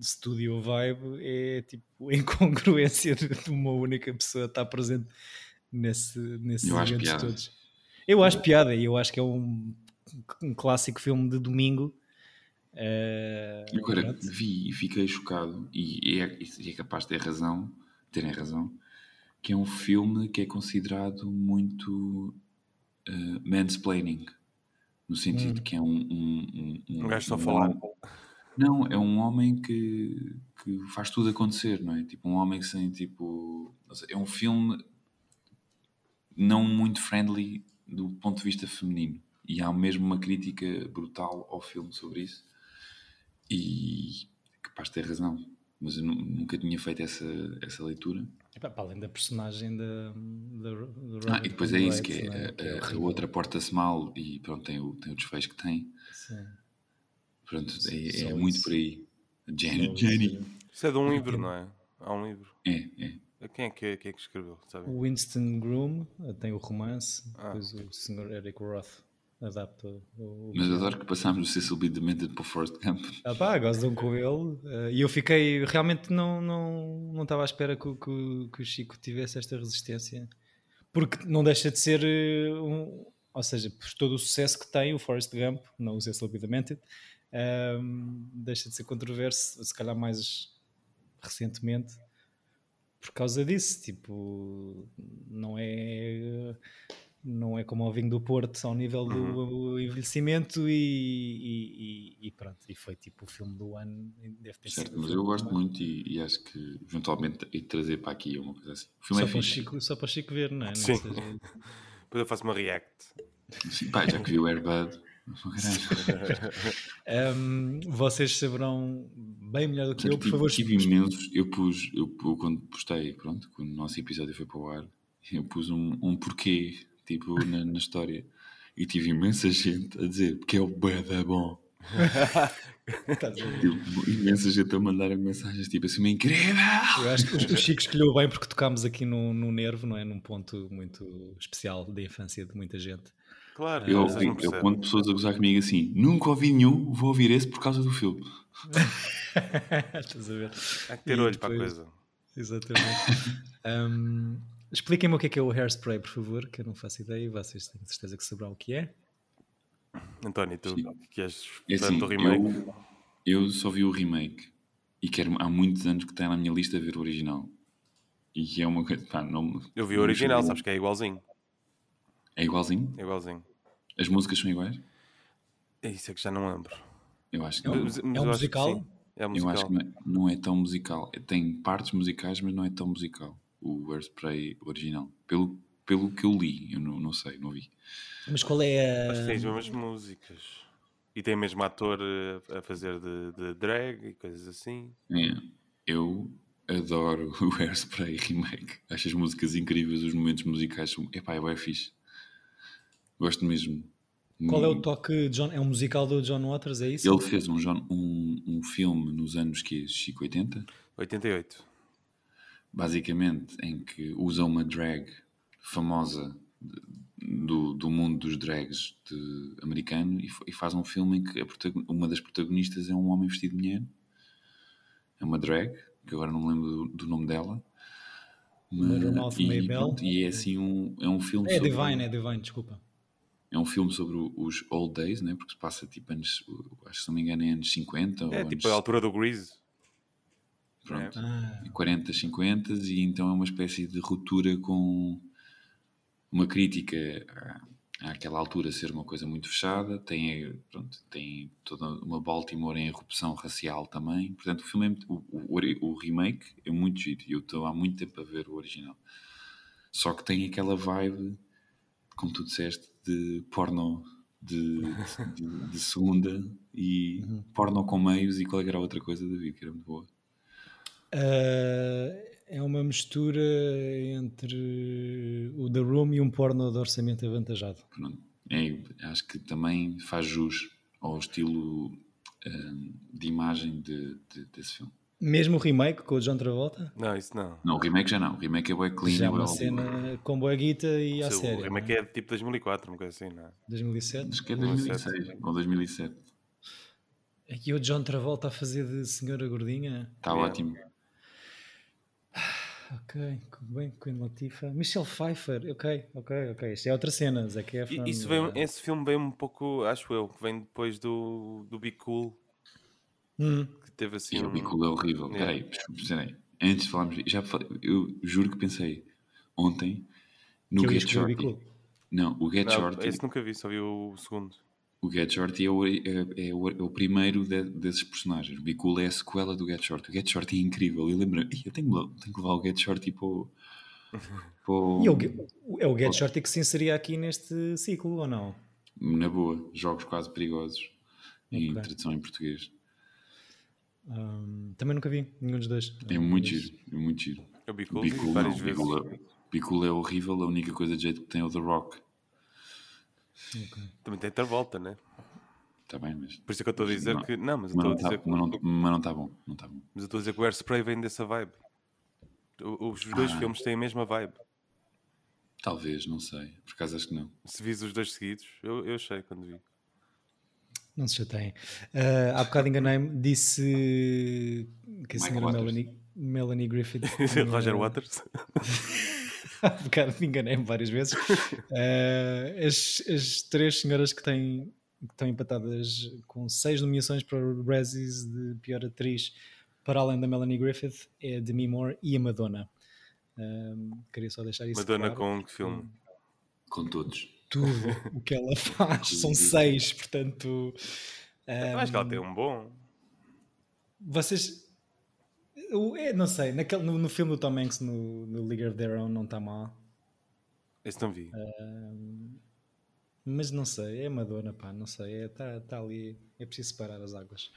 Speaker 1: studio vibe, é tipo [laughs] a incongruência de uma única pessoa estar presente nesse, nesses
Speaker 3: Eu acho
Speaker 1: eventos
Speaker 3: piada.
Speaker 1: todos. Eu acho piada e eu acho que é um, um clássico filme de domingo. Eh,
Speaker 3: Eu Agora
Speaker 1: pronto.
Speaker 3: vi e fiquei chocado, e é, e é capaz de ter razão, terem razão, que é um filme que é considerado muito eh, mansplaining, no sentido que é um. Um, um,
Speaker 2: Um gajo só falar.
Speaker 3: Não, é um homem que, que faz tudo acontecer, não é? Tipo, um homem sem tipo. ou seja, É um filme não muito friendly do ponto de vista feminino. E há mesmo uma crítica brutal ao filme sobre isso. E capaz de ter razão. Mas eu nu- nunca tinha feito essa, essa leitura.
Speaker 1: Epá, para além da personagem da, da, Ro- do
Speaker 3: Ah,
Speaker 1: Robert
Speaker 3: e depois é isso,
Speaker 1: Wright,
Speaker 3: que
Speaker 1: não
Speaker 3: é,
Speaker 1: Que é
Speaker 3: a- a, a
Speaker 1: horrível.
Speaker 3: outra porta-se mal e pronto, tem o, tem o desfecho que tem.
Speaker 1: Sim.
Speaker 3: Pronto,
Speaker 1: Só-
Speaker 3: é, é
Speaker 1: só
Speaker 3: muito
Speaker 1: isso.
Speaker 3: por aí.
Speaker 1: Só
Speaker 3: Jenny,
Speaker 1: isso.
Speaker 3: Jenny.
Speaker 2: Isso é de um livro, não é? Há um livro.
Speaker 3: É, é.
Speaker 2: Quem é que, quem é que escreveu?
Speaker 3: Hum.
Speaker 2: Sabe?
Speaker 1: O Winston Groom eh, tem o romance,
Speaker 2: Ah,
Speaker 1: depois o Sr. Eric Roth adapta o.
Speaker 3: Mas adoro que passámos do Cecil B. Demented para o Forrest Gump.
Speaker 1: Ah, pá, gozam com ele. eh, E eu fiquei. Realmente não não, não estava à espera que, o- que, o- que o Chico tivesse esta resistência. Porque não deixa de ser. eh, Um, ou seja, por todo o sucesso que tem o Forrest Gump, não o Cecil B. Demented, eh, deixa de ser controverso, se calhar mais recentemente, por causa disso. Tipo, não é não é como o vinho do Porto ao nível do
Speaker 3: Uhum.
Speaker 1: envelhecimento e, e- e- e pronto, e foi tipo o filme do ano, deve ter
Speaker 3: Certo,
Speaker 1: sido.
Speaker 3: mas eu gosto muito e, e acho que eventualmente e trazer para aqui uma coisa assim. O filme
Speaker 1: Só
Speaker 3: é
Speaker 1: para, o
Speaker 3: fixe.
Speaker 1: Chico, só para o Chico ver, não é? Não
Speaker 2: Sim.
Speaker 1: seja-
Speaker 2: Depois eu faço uma react.
Speaker 3: Sim, pá, já que vi o Airbud.
Speaker 1: Ahm, vocês saberão bem melhor do que eu, por
Speaker 3: tive,
Speaker 1: favor.
Speaker 3: tive imensos. Eu pus, eu, pu- quando postei, pronto, quando o nosso episódio foi para o ar, eu pus um, um porquê, tipo, na, na história. E tive imensa gente a dizer porque é o Bada Bom.
Speaker 1: [laughs] estás a ver?
Speaker 3: Tipo, imensa gente a mandar mensagens tipo assim, incrível!
Speaker 1: Eu acho que o Chico escolheu bem porque tocámos aqui no, no nervo, não é? Num ponto muito especial da infância de muita gente. [laughs]
Speaker 2: Claro,
Speaker 3: Eu,
Speaker 2: É, vocês não
Speaker 3: eu, eu
Speaker 2: percebem.
Speaker 3: quando pessoas a gozar comigo assim, nunca ouvi nenhum, vou ouvir esse por causa do filme.
Speaker 1: Estás a ver?
Speaker 2: Há que ter
Speaker 1: E
Speaker 2: olho para a
Speaker 1: depois-
Speaker 2: coisa.
Speaker 1: Exatamente. Ahm, Expliquem-me o que é que é o hairspray, por favor, que eu não faço ideia e vocês têm certeza que saberão o que é.
Speaker 2: António, tu
Speaker 3: Sim.
Speaker 2: que és
Speaker 3: É assim,
Speaker 2: tanto remake.
Speaker 3: eu, eu só vi o remake e quero, há muitos anos que está na minha lista ver o original. E é uma coisa, pá, não.
Speaker 2: Eu vi o original, sabes que é igualzinho.
Speaker 3: É igualzinho?
Speaker 2: É igualzinho.
Speaker 3: As músicas são iguais?
Speaker 2: É isso é que já não lembro.
Speaker 3: Eu acho que
Speaker 1: É um-
Speaker 3: não.
Speaker 2: Mas-
Speaker 1: é
Speaker 2: mas
Speaker 1: um
Speaker 2: eu acho que
Speaker 1: musical?
Speaker 2: sim. É um
Speaker 3: Eu
Speaker 2: musical.
Speaker 3: acho que não é, não é tão musical. Tem partes musicais, mas não é tão musical. O Airspray original. Pelo, pelo que eu li, eu não, não sei, não vi.
Speaker 1: Mas qual é a.
Speaker 2: Acho que tem as mesmas músicas. E tem mesmo ator eh, a fazer de, de drag e coisas assim.
Speaker 3: É, eu adoro [laughs] o Airspray remake. Acho as músicas incríveis, os momentos musicais são. Epá, eu é fixe. Gosto mesmo.
Speaker 1: Qual é o
Speaker 3: Hum,
Speaker 1: toque? de John... É um musical do John Waters, é isso?
Speaker 3: Ele fez um, John- um, um filme nos anos que é, Chico 80,
Speaker 2: 88.
Speaker 3: basicamente, em que usa uma drag famosa de- do, do mundo dos drags de- americano e, fa- e faz um filme em que a protago- uma das protagonistas é um homem vestido de mulher. É uma drag, que agora não me lembro do, do nome dela.
Speaker 1: Motormouth
Speaker 3: e,
Speaker 1: Maybell.
Speaker 3: pronto, e é assim um, é um filme
Speaker 1: É
Speaker 3: sobre-
Speaker 1: Divine, é Divine, desculpa.
Speaker 3: é um filme sobre o- os old days, né? porque se passa tipo anos, acho que se não me engano é anos 50 ou
Speaker 2: É
Speaker 3: anos
Speaker 2: tipo a altura do Grease.
Speaker 3: pronto.
Speaker 1: Ah,
Speaker 3: 40, 50 e então é uma espécie de ruptura com uma crítica à- àquela altura ser uma coisa muito fechada, tem, pronto, tem toda uma Baltimore em erupção racial também. Portanto, o filme é muito- o, o- o remake é muito giro e eu estou há muito tempo a ver o original. Só que tem aquela vibe, como tu disseste, de porno de, de- de segunda e porno com meios e qual é que era a outra coisa, David, que era muito boa.
Speaker 1: Ah, é uma mistura entre o The Room e um porno de orçamento avantajado.
Speaker 3: Pronto. É, acho que também faz jus ao estilo hum, de imagem de- de- desse filme.
Speaker 1: Mesmo o remake com o John Travolta?
Speaker 2: Não, isso não.
Speaker 3: Não, o remake já não. O remake é bem clean.
Speaker 1: já
Speaker 3: é
Speaker 1: é uma
Speaker 3: bué
Speaker 1: cena com boa guita e à
Speaker 2: Se o
Speaker 1: série.
Speaker 2: remake é tipo 2004, uma coisa assim, não é?
Speaker 1: 2007.
Speaker 3: Acho que é 2006 ou 2007.
Speaker 1: Aqui É o John Travolta a fazer de senhora gordinha.
Speaker 3: Está
Speaker 2: Yeah.
Speaker 3: Tá ótimo.
Speaker 1: Ok, que bem, Queen Latifah. Michelle Pfeiffer, ok, ok, ok. Isto é outra cena, Zac Efron.
Speaker 2: E- Isso vem,
Speaker 1: eh,
Speaker 2: esse filme vem um pouco, acho eu, que vem depois do, do Be Cool,
Speaker 1: Hum,
Speaker 2: que teve assim.
Speaker 3: E o
Speaker 2: um-
Speaker 3: Biculo é horrível.
Speaker 2: Yeah.
Speaker 3: Peraí, peraí. Antes de falarmos. Já falei- eu juro que pensei ontem no
Speaker 1: que eu ia
Speaker 3: Get
Speaker 1: escolher o
Speaker 3: Shorty.
Speaker 1: Bicudo.
Speaker 3: Não, o Get
Speaker 2: Não,
Speaker 3: Shorty.
Speaker 2: esse nunca vi, só vi o segundo.
Speaker 3: O Get Shorty é o, é, é o, é o primeiro de- desses personagens. O Biculo é a sequela do Get Shorty. O Get Shorty é incrível. Eu lembro. Ih, Eu tenho, que le- tenho que levar o Get Shorty para o. para
Speaker 1: [laughs]
Speaker 3: o-
Speaker 1: E é o, Ge- é o
Speaker 3: Oh.
Speaker 1: Get Shorty que se inseria aqui neste ciclo, ou não?
Speaker 3: Na boa. Jogos quase perigosos. Em
Speaker 1: Ok.
Speaker 3: tradução em português.
Speaker 1: Hum, também nunca vi nenhum dos dois.
Speaker 3: É muito giro, é muito giro.
Speaker 2: O Be Cool, vi
Speaker 3: Bicul
Speaker 2: várias
Speaker 3: não,
Speaker 2: vezes.
Speaker 3: Bicul é, Bicul é horrível, a única coisa de jeito que tem é o The Rock.
Speaker 1: Ok.
Speaker 2: Também tem Travolta, né?
Speaker 3: Está Tá bem, mas.
Speaker 2: Por isso é que eu estou a dizer
Speaker 3: Não.
Speaker 2: que. Não, mas eu
Speaker 3: Mas
Speaker 2: estou
Speaker 3: não
Speaker 2: a dizer
Speaker 3: está
Speaker 2: que.
Speaker 3: tá bom, não está bom.
Speaker 2: Mas eu estou a dizer que o Airspray vem dessa vibe. O- Os dois
Speaker 3: Ah.
Speaker 2: filmes têm a mesma vibe.
Speaker 3: Talvez, não sei. Por acaso acho que não.
Speaker 2: Se vis os dois seguidos, eu, eu achei quando vi.
Speaker 1: Não se chateiem. Ah, há bocado enganei-me, disse que a
Speaker 3: Mike
Speaker 1: senhora
Speaker 3: Waters.
Speaker 1: Melanie, Melanie Griffith.
Speaker 2: [laughs] Roger
Speaker 1: tinha-
Speaker 2: Waters.
Speaker 1: [laughs] Há bocado me enganei-me várias vezes. Ah, as, as três senhoras que têm que estão empatadas com seis nomeações para o Razzies de pior atriz, para além da Melanie Griffith, é a Demi Moore e a Madonna. Ah, queria só deixar isso
Speaker 2: Madonna
Speaker 1: claro. Hum,
Speaker 2: com um que filme?
Speaker 3: Com todos.
Speaker 1: tudo o que ela faz.
Speaker 2: [laughs]
Speaker 1: São seis, portanto.
Speaker 2: Uhum.
Speaker 1: ah,
Speaker 2: Eu acho que ela tem
Speaker 1: hum.
Speaker 2: um bom.
Speaker 1: Vocês. Eu, é, não sei, naquele, no, no filme do Tom Hanks, no, no League of Their Own, não está mal.
Speaker 2: Esse não vi.
Speaker 1: Mas não sei, é Madonna, pá, não sei, está é, tá- tá ali, é preciso separar as águas.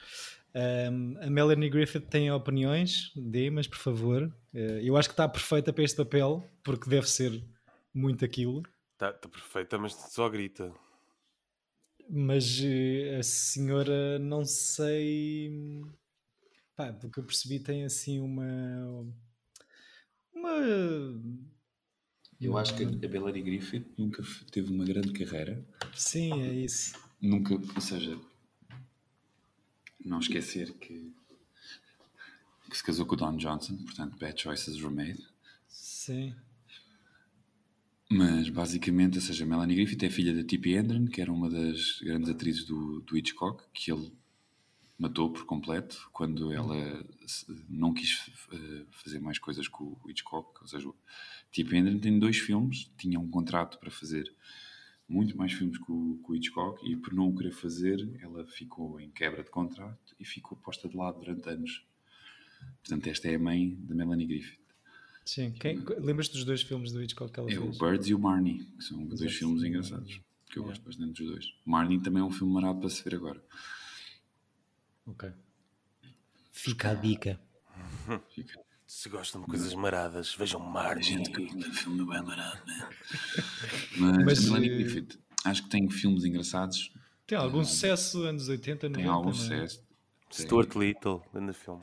Speaker 1: Ahm, a Melanie Griffith tem opiniões, dê, mas por favor, eh, eu acho que está perfeita para este papel, porque deve ser muito aquilo.
Speaker 2: Está tá perfeita, mas só grita.
Speaker 1: Mas eh, a senhora, não sei. Pá, do que eu percebi, tem assim uma. Uma.
Speaker 3: Eu acho que a Melanie Griffith nunca f- teve uma grande carreira.
Speaker 1: Sim, é isso.
Speaker 3: Nunca, ou seja, não esquecer que, que se casou com o Don Johnson, portanto, bad choices were made.
Speaker 1: Sim.
Speaker 3: Mas basicamente, ou seja, Melanie Griffith é filha da Tippi Hedren, que era uma das grandes atrizes do, do Hitchcock, que ele matou por completo quando ela se- não quis eh, fazer mais coisas com o Hitchcock. Ou seja, o Tippi Hedren tem dois filmes, tinha um contrato para fazer muito mais filmes com, o- com o Hitchcock e por não o querer fazer, ela ficou em quebra de contrato e ficou posta de lado durante anos. Portanto, esta é a mãe da Melanie Griffith.
Speaker 1: Sim. Quem, lembras-te dos dois filmes do Hitchcock que ela
Speaker 3: É o
Speaker 1: fez?
Speaker 3: Birds e o Marnie, que são dois
Speaker 1: Exato.
Speaker 3: filmes engraçados, que eu
Speaker 1: Yeah.
Speaker 3: gosto bastante dos dois. Marnie também é um filme marado para se ver agora.
Speaker 1: Ok. Fica a dica.
Speaker 3: Fica.
Speaker 2: Se gostam de coisas maradas, vejam
Speaker 3: A
Speaker 2: Margin.
Speaker 3: gente que o filme é bem marado, né? Mas,
Speaker 1: Mas,
Speaker 3: a Melanie
Speaker 1: eh,
Speaker 3: Griffith, acho que tem filmes engraçados,
Speaker 1: Tem algum sucesso anos 80, 90?
Speaker 3: tem algum
Speaker 1: não é?
Speaker 3: sucesso. Tem-
Speaker 2: Stuart Little, grande filme.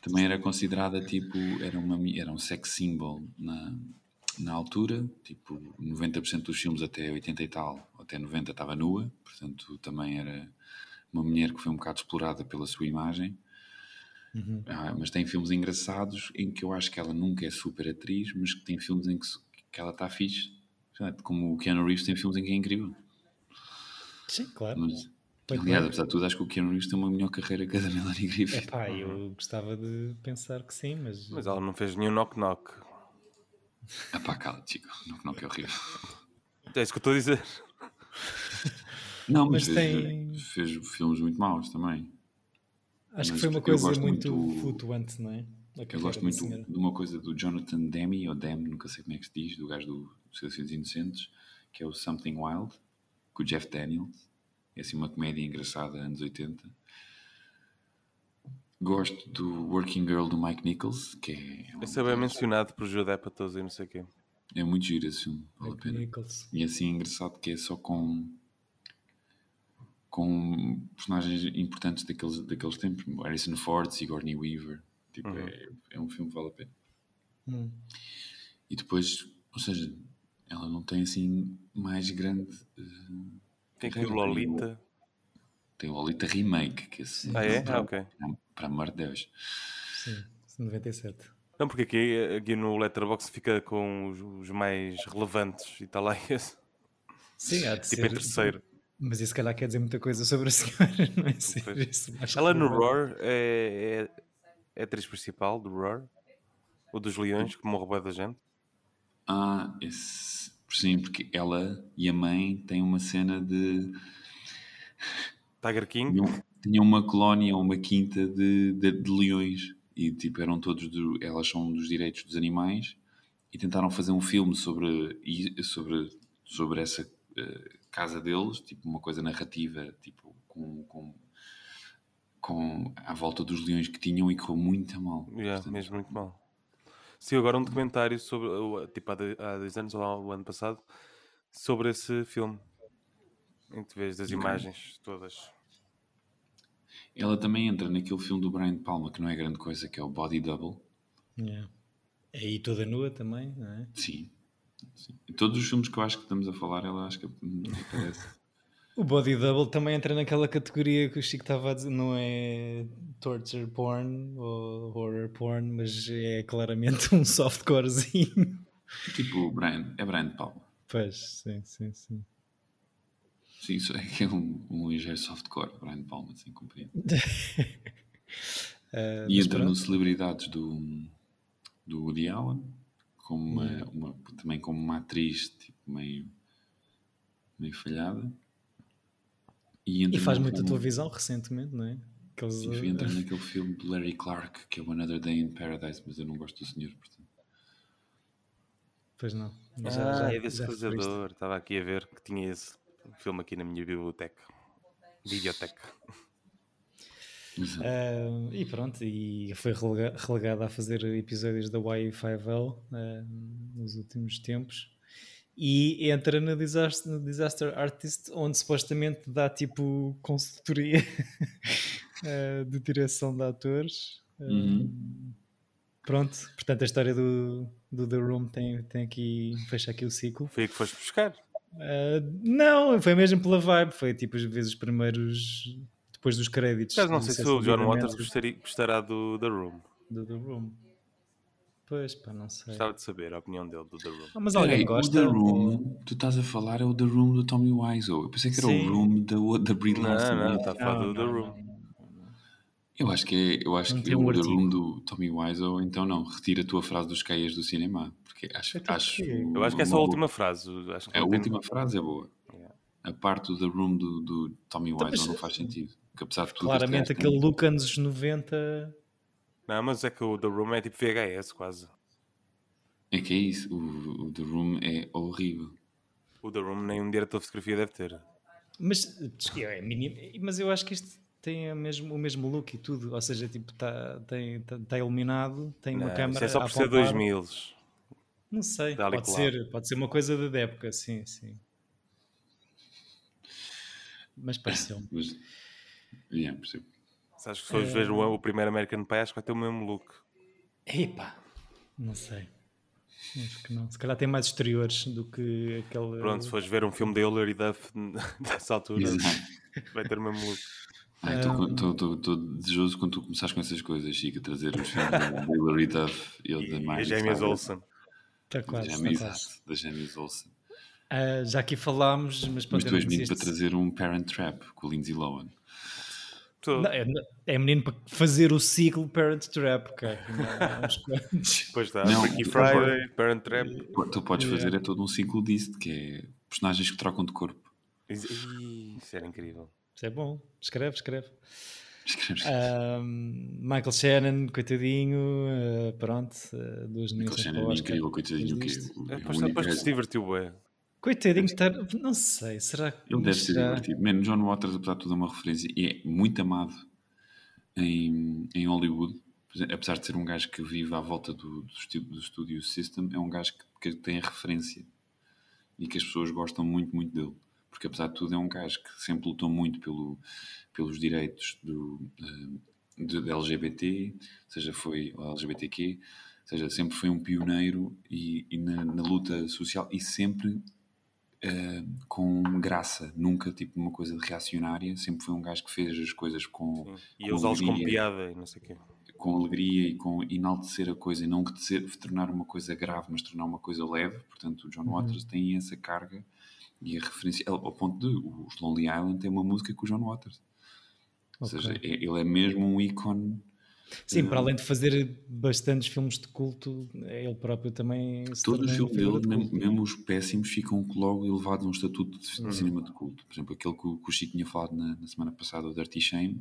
Speaker 3: Também era considerada tipo, era, uma, mi- era um sex symbol na, na altura, tipo 90% dos filmes até 80 e tal, até 90 estava nua, portanto também era uma mulher que foi um bocado explorada pela sua imagem.
Speaker 1: Uhum.
Speaker 3: Ah, mas tem filmes engraçados em que eu acho que ela nunca é super atriz, mas que tem filmes em que, su- que ela está fixe. Sei lá, Como o Keanu Reeves tem filmes em que é incrível.
Speaker 1: Sim, claro.
Speaker 3: Mas,
Speaker 1: Tá
Speaker 3: é
Speaker 1: Pois é.
Speaker 3: aliás,
Speaker 1: bem.
Speaker 3: apesar de tudo, acho que o Keanu Reeves tem uma melhor carreira que a da Melanie
Speaker 1: [laughs]
Speaker 3: Griffith.
Speaker 1: Epá, eu gostava de pensar que sim, Uhum. mas.
Speaker 2: Mas ela não fez nenhum knock-knock.
Speaker 3: Ah pá, cala, Chico. Não, não que é horrível.
Speaker 2: É isso que eu estou a dizer.
Speaker 3: Não, mas,
Speaker 1: Mas
Speaker 3: fez,
Speaker 1: tem-
Speaker 3: fez filmes muito maus também.
Speaker 1: Acho que
Speaker 3: Mas
Speaker 1: foi uma
Speaker 3: eu
Speaker 1: coisa
Speaker 3: gosto
Speaker 1: muito,
Speaker 3: muito-
Speaker 1: flutuante, não é? A
Speaker 3: Eu
Speaker 1: carreira
Speaker 3: gosto
Speaker 1: da
Speaker 3: muito
Speaker 1: senhora.
Speaker 3: de uma coisa do Jonathan Demme, ou Demme, nunca sei como é que se diz, do gajo do Silêncios Inocentes, que é o Something Wild, com o Jeff Daniels. É assim uma comédia engraçada, anos 80. Gosto do Working Girl do Mike Nichols, que é, é um-
Speaker 2: Esse é bem mencionado por Jude Apatow e não sei o quê.
Speaker 3: é muito giro esse filme, vale a
Speaker 1: Jack
Speaker 3: pena.
Speaker 1: Nicholson.
Speaker 3: E assim é engraçado que é só com com personagens importantes daqueles, daqueles tempos, Harrison Ford, Sigourney Weaver. Tipo,
Speaker 2: Uhum.
Speaker 3: é, é um filme que vale a pena.
Speaker 1: Hum.
Speaker 3: E depois, ou seja, ela não tem assim mais grande. eh,
Speaker 2: Tem é que
Speaker 3: Tem
Speaker 2: o Lolita.
Speaker 3: Tem o Lolita Remake, que esse.
Speaker 2: Ah, é?
Speaker 3: para,
Speaker 2: Ah, ok.
Speaker 3: para amor de Deus.
Speaker 1: Sim, 97.
Speaker 2: Não, porque aqui, aqui no Letterboxd fica com os, os mais relevantes e está lá [laughs] esse.
Speaker 1: Sim, há de
Speaker 2: Tipo,
Speaker 1: ser.
Speaker 2: é terceiro.
Speaker 1: Mas isso, se calhar, quer dizer muita coisa sobre a senhora, não é? Sim,
Speaker 2: Pois.
Speaker 1: isso, acho que
Speaker 2: Ela no
Speaker 1: não.
Speaker 2: Roar é, é- é a atriz principal do Roar. Ou dos Leões, que morre bué da gente.
Speaker 3: Ah, esse. Sim, porque ela e a mãe têm uma cena de.
Speaker 2: Tiger King.
Speaker 3: tinham- Tinham uma colónia, uma quinta de, de, de leões. E tipo, eram todos. Do, elas são dos direitos dos animais. E tentaram fazer um filme sobre, i- sobre, sobre essa eh, casa deles, tipo, uma coisa narrativa, tipo, com. com com à volta dos leões que tinham e correu muito a mal.
Speaker 2: Yeah,
Speaker 3: Portanto,
Speaker 2: mesmo muito mal. Sim, agora um documentário sobre, o- tipo há dois, há dois anos ou há o ano passado, sobre esse filme. Em que tu vês das
Speaker 3: Ok.
Speaker 2: imagens todas.
Speaker 3: Ela também entra naquele filme do Brian De Palma, que não é grande coisa, que é o Body Double.
Speaker 1: Yeah. É Aí toda nua também, não é?
Speaker 3: Sim. Sim. Em Todos os filmes que eu acho que estamos a falar, ela acho que hum,
Speaker 2: [laughs]
Speaker 3: aparece.
Speaker 1: O body double também entra naquela categoria que o Chico estava a dizer, não é torture porn ou horror porn, mas é claramente um softcorezinho. [laughs]
Speaker 3: tipo, o Brian, é Brian De Palma.
Speaker 1: Pois, sim, sim, sim.
Speaker 3: Sim, isso é que é um, um ligeiro softcore, Brian De Palma, assim, compreendo.
Speaker 1: Ah,
Speaker 3: E
Speaker 1: mas
Speaker 3: entra
Speaker 1: pronto.
Speaker 3: no Celebridades do, do Woody Allen, como uma,
Speaker 1: Hum.
Speaker 3: uma- também como uma atriz, tipo, meio, meio falhada.
Speaker 1: E
Speaker 3: entra
Speaker 1: faz
Speaker 3: num
Speaker 1: muita
Speaker 3: filme-
Speaker 1: televisão recentemente, não é? Aqueles,
Speaker 3: Sim,
Speaker 1: [laughs]
Speaker 3: entra naquele filme do Larry Clark, que é o Another Day in Paradise, mas eu não gosto do senhor, portanto.
Speaker 1: Pois não.
Speaker 2: ah,
Speaker 1: já-
Speaker 2: é desse
Speaker 1: já referiste.
Speaker 2: realizador. Estava aqui a ver que tinha esse filme aqui na minha biblioteca. Biblioteca.
Speaker 3: Exato.
Speaker 1: Ah, e pronto, e foi relega- relegado a fazer episódios da Y5L ah, nos últimos tempos. E entra na disaster, no Disaster Artist, onde supostamente dá tipo consultoria [laughs] ah, de direção de atores. Ah,
Speaker 3: Uhum.
Speaker 1: Pronto, portanto a história do, do The Room tem, tem aqui, fecha aqui o ciclo.
Speaker 2: Foi aí que foste buscar.
Speaker 1: Ah, não, foi mesmo pela vibe, foi tipo às vezes os primeiros, depois dos créditos.
Speaker 2: Mas não
Speaker 1: do
Speaker 2: sei se
Speaker 1: Cecil
Speaker 2: o
Speaker 1: B.
Speaker 2: John
Speaker 1: DeMille.
Speaker 2: Waters gostaria, gostará do The Room.
Speaker 1: do The Room. Pois, pá, não sei.
Speaker 2: Gostava de saber a opinião dele do The Room.
Speaker 1: Ah, mas
Speaker 3: Peraí,
Speaker 1: alguém
Speaker 3: o
Speaker 1: gosta?
Speaker 3: The Room, tu estás a falar, é o The Room do Tommy Wiseau. Eu pensei que era
Speaker 2: Sim.
Speaker 3: o Room da, o- da Brie Larson.
Speaker 2: Não, não, está a
Speaker 1: Não,
Speaker 2: falar do The
Speaker 1: Ah, não,
Speaker 2: Room.
Speaker 3: Eu acho que é, eu acho
Speaker 1: Não
Speaker 3: que
Speaker 1: tem
Speaker 3: é
Speaker 1: um
Speaker 3: o The
Speaker 1: artigo.
Speaker 3: Room do Tommy Wiseau. Então não, retira a tua frase dos caias do cinema. Porque acho,
Speaker 1: Então
Speaker 3: acho,
Speaker 1: porquê?
Speaker 2: Eu acho que é só a
Speaker 3: uma
Speaker 2: última frase. o- Acho que
Speaker 3: boa- A
Speaker 2: não tem-
Speaker 3: última frase é boa.
Speaker 2: Yeah.
Speaker 3: A parte do The Room do, do Tommy Wiseau
Speaker 1: Então, mas-
Speaker 3: não faz sentido. Porque apesar de tudo, este
Speaker 1: Claramente
Speaker 3: gajo tem-
Speaker 1: aquele look anos 90.
Speaker 2: Não, mas é que o The Room é tipo VHS quase.
Speaker 3: É que é isso. O, o The Room é horrível.
Speaker 2: O The Room nem um diretor de fotografia deve ter.
Speaker 1: Mas, é mínimo, mas eu acho que este tem a mesmo- o mesmo look e tudo. Ou seja, tipo, está tem, tá, tá iluminado, tem
Speaker 2: Não,
Speaker 1: uma câmera.
Speaker 2: isso é só
Speaker 1: a
Speaker 2: por ser
Speaker 1: apontar.
Speaker 2: 2000.
Speaker 1: Não sei,
Speaker 2: Dá ali
Speaker 1: pode
Speaker 2: colado.
Speaker 1: ser, pode ser uma coisa da- da época, sim, sim. Mas pareceu-me.
Speaker 3: Mas. Yeah, percebo.
Speaker 2: Sabes que se
Speaker 1: É.
Speaker 2: hoje vejo o, o primeiro American Pie, acho que vai ter o mesmo look.
Speaker 1: Epá, não sei. Acho que não. Se calhar tem mais exteriores do que aquele.
Speaker 2: Pronto, se fores ver um filme de Euler e Duff [laughs] dessa altura,
Speaker 3: Exato.
Speaker 2: vai ter o mesmo look.
Speaker 3: Estou desejoso quando tu começares com essas coisas, Chico, a trazer os filmes da Hilary
Speaker 2: [laughs]
Speaker 3: Duff e o da
Speaker 2: E
Speaker 3: Miley
Speaker 2: a James
Speaker 3: Cyrus.
Speaker 2: Olsen.
Speaker 1: Está
Speaker 3: Da
Speaker 1: quase, tá
Speaker 3: James-
Speaker 1: quase.
Speaker 3: exato, Da James Olsen.
Speaker 1: Ah, já aqui falámos, mas
Speaker 3: Mas
Speaker 1: pronto, eu
Speaker 3: tu
Speaker 1: não
Speaker 3: és menino para
Speaker 1: desisto.
Speaker 3: trazer um Parent Trap com o Lindsay Lohan.
Speaker 2: Tô.
Speaker 1: Não, é, é menino para fazer o ciclo Parent Trap, cara. que não- não
Speaker 3: [laughs]
Speaker 1: uns quantos.
Speaker 2: Depois está
Speaker 3: Não,
Speaker 2: tá. Freaky
Speaker 3: tu-
Speaker 2: Friday, Parent Trap.
Speaker 3: Tu podes
Speaker 1: Yeah.
Speaker 3: fazer é todo um ciclo disso, que é personagens que trocam de corpo. [laughs]
Speaker 2: Ih, Isso era incrível.
Speaker 1: Isso é bom. Escreve, escreve.
Speaker 3: Escreves.
Speaker 1: Ah, Ahm, Michael Shannon, coitadinho, eh, pronto, eh, duas nomeações
Speaker 3: Michael
Speaker 1: para o
Speaker 3: Shannon é
Speaker 1: Oscar
Speaker 3: incrível,
Speaker 1: depois
Speaker 3: coitadinho. Que,
Speaker 1: disto.
Speaker 3: É
Speaker 2: Aposto-
Speaker 3: o, o
Speaker 2: Aposto que
Speaker 3: universo-
Speaker 2: se divertiu, bué.
Speaker 1: Coitadinho de estar, não sei, será que
Speaker 3: ele
Speaker 1: não
Speaker 3: deve ser
Speaker 1: será?
Speaker 3: divertido. Mano, John Waters, apesar de tudo, é uma referência e é muito amado em, em Hollywood. Apesar de ser um gajo que vive à volta do, do, estu- do estúdio System, é um gajo que, que tem referência e que as pessoas gostam muito, muito dele. Porque, apesar de tudo, é um gajo que sempre lutou muito pelo, pelos direitos do, eh, de, de LGBT, seja foi ou LGBTQ, seja, sempre foi um pioneiro e, e na, na luta social e sempre eh, com graça, nunca tipo uma coisa reacionária, sempre foi um gajo que fez as coisas com
Speaker 2: E usá-los com
Speaker 3: alegria
Speaker 2: piada e não sei o quê.
Speaker 3: com alegria e com enaltecer a coisa e não que ser- tornar uma coisa grave, mas tornar uma coisa leve. Portanto, o John Waters tem essa carga e a referência, ao ao ponto de os Lonely Island tem uma música com o John Waters. Ou
Speaker 1: Ok.
Speaker 3: seja, é- ele é mesmo um ícone.
Speaker 1: Sim, para além de fazer bastantes filmes de culto, ele próprio também se
Speaker 3: Todo o
Speaker 1: tornou
Speaker 3: filme
Speaker 1: uma figura
Speaker 3: dele,
Speaker 1: de
Speaker 3: mesmo,
Speaker 1: culto.
Speaker 3: mesmo os péssimos, ficam logo elevados a um estatuto de
Speaker 2: Hum.
Speaker 3: ci- cinema de culto. Por exemplo, aquele que o, que o Chico tinha falado na, na semana passada, o Dirty Shame,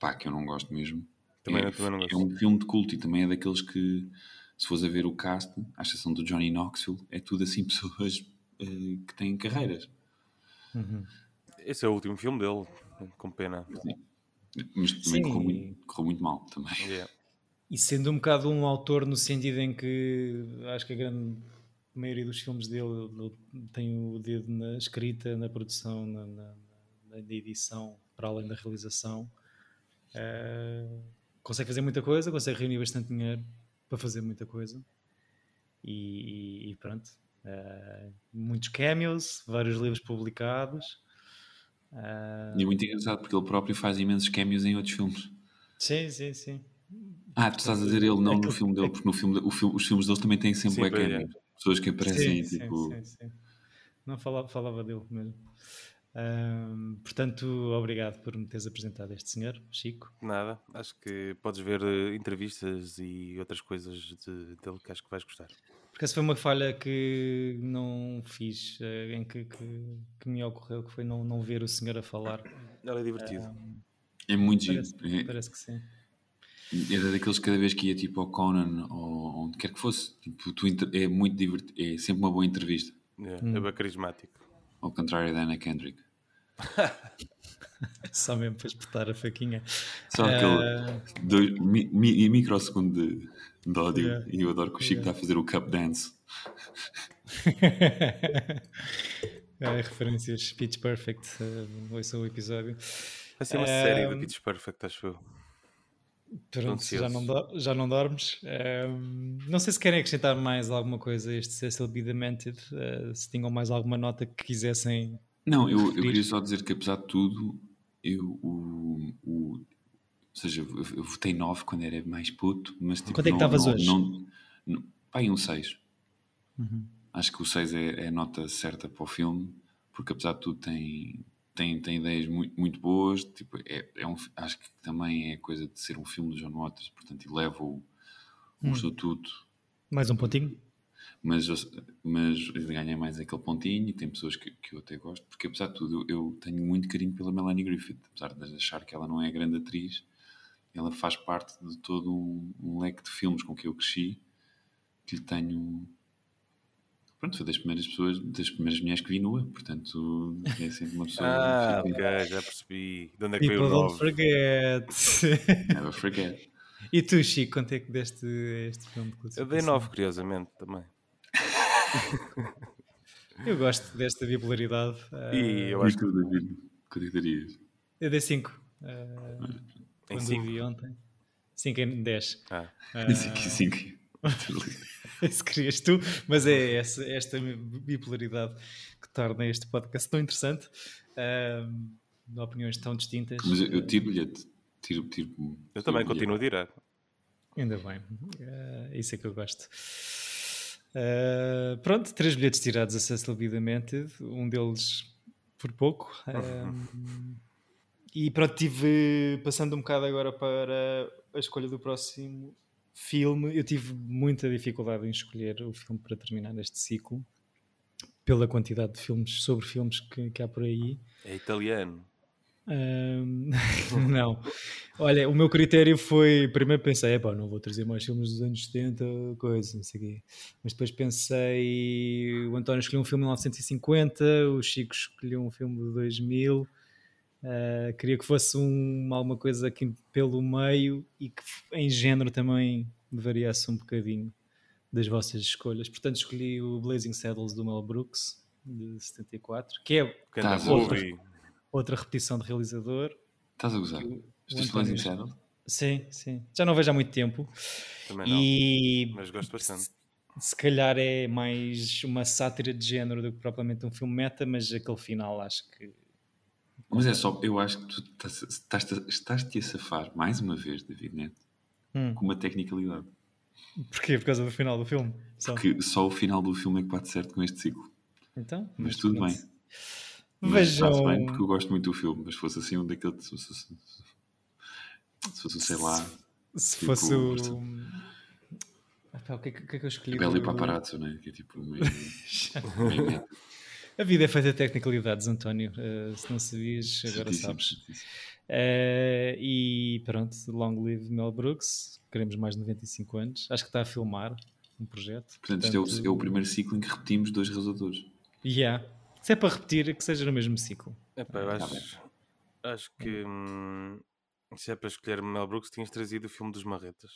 Speaker 3: pá, que eu não gosto mesmo.
Speaker 2: Também
Speaker 3: é,
Speaker 2: não- também não
Speaker 3: é
Speaker 2: gosto.
Speaker 3: um filme de culto e também é daqueles que, se fores a ver o cast, à exceção do Johnny Knoxville, é tudo assim [laughs] pessoas eh, que têm carreiras.
Speaker 1: Uhum.
Speaker 2: Esse é o último filme dele, com pena.
Speaker 3: Mas
Speaker 1: Sim.
Speaker 3: também correu muito, correu muito mal também.
Speaker 2: Yeah.
Speaker 1: E sendo um bocado um autor no sentido em que acho que a grande maioria dos filmes dele ele tem o dedo na escrita, na produção, na, na- na- na edição, para além da realização. Eh, consegue fazer muita coisa, consegue reunir bastante dinheiro para fazer muita coisa. E, e- e pronto. Eh, muitos cameos, vários livros publicados.
Speaker 2: Ah.
Speaker 3: E é muito engraçado porque ele próprio faz imensos cameos em outros filmes.
Speaker 1: Sim, sim, sim.
Speaker 3: Ah, tu estás a dizer ele, não no
Speaker 1: Aquele-
Speaker 3: filme dele, porque no filme, de- o filme- os filmes deles também têm sempre
Speaker 2: Sim,
Speaker 3: bué
Speaker 2: pois é.
Speaker 3: cameos. Pessoas que aparecem
Speaker 1: sim,
Speaker 3: tipo.
Speaker 1: sim, sim. Não falava, falava dele mesmo. Ahm, portanto, obrigado por me teres apresentado este senhor, Chico.
Speaker 2: Nada, acho que podes ver eh, entrevistas e outras coisas de- dele que acho que vais gostar.
Speaker 1: Porque essa foi uma falha que não fiz, eh, em que, que, que me ocorreu, que foi não, não ver o senhor a falar.
Speaker 2: Ela é divertido.
Speaker 1: Ah,
Speaker 3: É muito giro.
Speaker 1: Parece,
Speaker 3: É-
Speaker 1: parece que sim.
Speaker 3: Era daqueles que cada vez que ia tipo ao Conan ou onde quer que fosse, tipo, tu inter- é muito divertido, é sempre uma boa entrevista,
Speaker 2: Yeah,
Speaker 1: hum.
Speaker 2: É bem carismático.
Speaker 3: ao contrário da Anna Kendrick.
Speaker 1: Só mesmo para espetar a faquinha.
Speaker 3: Só
Speaker 1: É.
Speaker 3: aquele dois, mi, mi- microsegundo de, de ódio
Speaker 1: Yeah.
Speaker 3: e eu adoro que o Chico está a fazer o cup dance.
Speaker 1: Ah, [laughs] referências Pitch Perfect, uh, ouça o episódio.
Speaker 2: Vai ser uma
Speaker 1: Eh,
Speaker 2: série do Pitch Perfect, acho eu.
Speaker 1: Pronto, já não,
Speaker 2: ansioso.
Speaker 1: dor- já não dormes. Ahm, não sei se querem acrescentar mais alguma coisa a este Cecil B. Demented, eh, se tinham mais alguma nota que quisessem.
Speaker 3: Não, eu, eu
Speaker 1: Referir.
Speaker 3: queria só dizer que apesar de tudo, eu o, o- ou seja, eu, eu votei 9 quando era mais puto, mas tipo,
Speaker 1: Quanto é que
Speaker 3: não-
Speaker 1: estavas
Speaker 3: não-
Speaker 1: hoje?
Speaker 3: Não, não, pai, um 6. Acho que o 6 é, é a nota certa para o filme, porque apesar de tudo tem, tem, tem ideias muito, muito boas. Tipo, é, é um, fi- acho que também é coisa de ser um filme de John Waters, portanto, e leva o,
Speaker 1: Hum.
Speaker 3: o estatuto,
Speaker 1: Mais um pontinho?
Speaker 3: mas, eu- mas ganha mais aquele pontinho. E tem pessoas que, que eu até gosto, porque apesar de tudo, eu, eu tenho muito carinho pela Melanie Griffith, apesar de achar que ela não é grande atriz, ela faz parte de todo um, um leque de filmes com que eu cresci, que lhe tenho Pronto, foi das primeiras pessoas, das primeiras mulheres que vi nua, portanto é sempre uma pessoa.
Speaker 2: Ah, ok, já percebi. De onde é que veio
Speaker 1: People
Speaker 2: o
Speaker 1: don't
Speaker 2: 9?
Speaker 1: forget. [laughs]
Speaker 3: Never forget.
Speaker 1: e tu, Chico, quanto é que deste a este filme de
Speaker 2: Eu
Speaker 1: classificação?
Speaker 2: dei 9, curiosamente, também.
Speaker 1: Eu gosto desta bipolaridade. eh,
Speaker 2: E eu
Speaker 3: Mas
Speaker 2: acho que
Speaker 3: tu, David, o que darias?
Speaker 1: eu dei 5.
Speaker 2: em
Speaker 1: quando o
Speaker 2: 5.
Speaker 1: vi ontem. 5 em Eh, 10.
Speaker 2: Ah,
Speaker 3: Isso aqui,
Speaker 2: [laughs]
Speaker 3: sim que.
Speaker 1: [laughs] se querias tu, mas é essa- esta bipolaridade que torna este podcast tão interessante. ahm, de opiniões tão distintas.
Speaker 3: Mas eu, eu tiro-lhe. Tiro, tiro,
Speaker 2: eu também continuo a tirar.
Speaker 1: Ainda bem. Ah, isso é que eu gosto. Ah, pronto, três bilhetes tirados a Cecil B. Demented, um deles por pouco. ahm, E pronto, tive, passando um bocado agora para a escolha do próximo filme, eu tive muita dificuldade em escolher o filme para terminar este ciclo, pela quantidade de filmes, sobre filmes que, que há por aí.
Speaker 2: É italiano.
Speaker 1: Ahm, [laughs] não, olha, o meu critério foi. Primeiro pensei, epá, não vou trazer mais filmes dos anos 70, coisa, não sei o quê. Mas depois pensei, o António escolheu um filme de 1950, o Chico escolheu um filme de 2000. ah, queria que fosse um, alguma coisa aqui pelo meio e que em género também variasse um bocadinho das vossas escolhas. Portanto, escolhi o Blazing Saddles do Mel Brooks, de 74, que é
Speaker 2: Canta
Speaker 3: Tá,
Speaker 2: movie.
Speaker 1: outra repetição de realizador.
Speaker 3: Estás a gozar? é
Speaker 1: O-
Speaker 3: Estás
Speaker 1: António-
Speaker 3: Blazing Saddles?
Speaker 1: Sim, sim. Já não vejo há muito tempo.
Speaker 2: Também não.
Speaker 1: E
Speaker 2: Mas gosto bastante.
Speaker 1: se calhar é mais uma sátira de género do que propriamente um filme meta, mas aquele final acho que.
Speaker 3: Mas é só, eu acho que tu estás- estás- estás-te a safar mais uma vez, David Neto,
Speaker 1: Hum.
Speaker 3: com uma tecnicalidade.
Speaker 1: Porquê? Por causa do final do filme. Só.
Speaker 3: Porque só o final do filme é que bate certo com este ciclo.
Speaker 1: Então,
Speaker 3: Mas tudo
Speaker 1: pronto.
Speaker 3: bem. Mas está-se
Speaker 1: Vejam.
Speaker 3: bem, porque eu gosto muito do filme, mas se fosse assim um daquele. Se fosse, se fosse, se fosse, sei lá,
Speaker 1: Se
Speaker 3: tipo,
Speaker 1: fosse o.
Speaker 3: versão-
Speaker 1: Ah, pá, o que é que, o que é que eu escolhi?
Speaker 3: Bela e
Speaker 1: do-
Speaker 3: Paparazzo, né? Que é tipo. Meio,
Speaker 1: [laughs]
Speaker 3: meio meta.
Speaker 1: A vida é feita de tecnicalidades, António. Eh, se não sabias, agora
Speaker 3: Certíssimo,
Speaker 1: sabes.
Speaker 3: certíssimo.
Speaker 1: Eh, e pronto, long live Mel Brooks. Queremos mais 95 anos. Acho que está a filmar um projeto.
Speaker 3: Portanto, isto é o, é o primeiro ciclo em que repetimos dois realizadores.
Speaker 1: Yeah. Se é para repetir, que seja no mesmo ciclo.
Speaker 2: Epá, eu
Speaker 3: Tá
Speaker 2: acho, acho que hum, se é para escolher Mel Brooks, tinhas trazido o filme dos Marretas.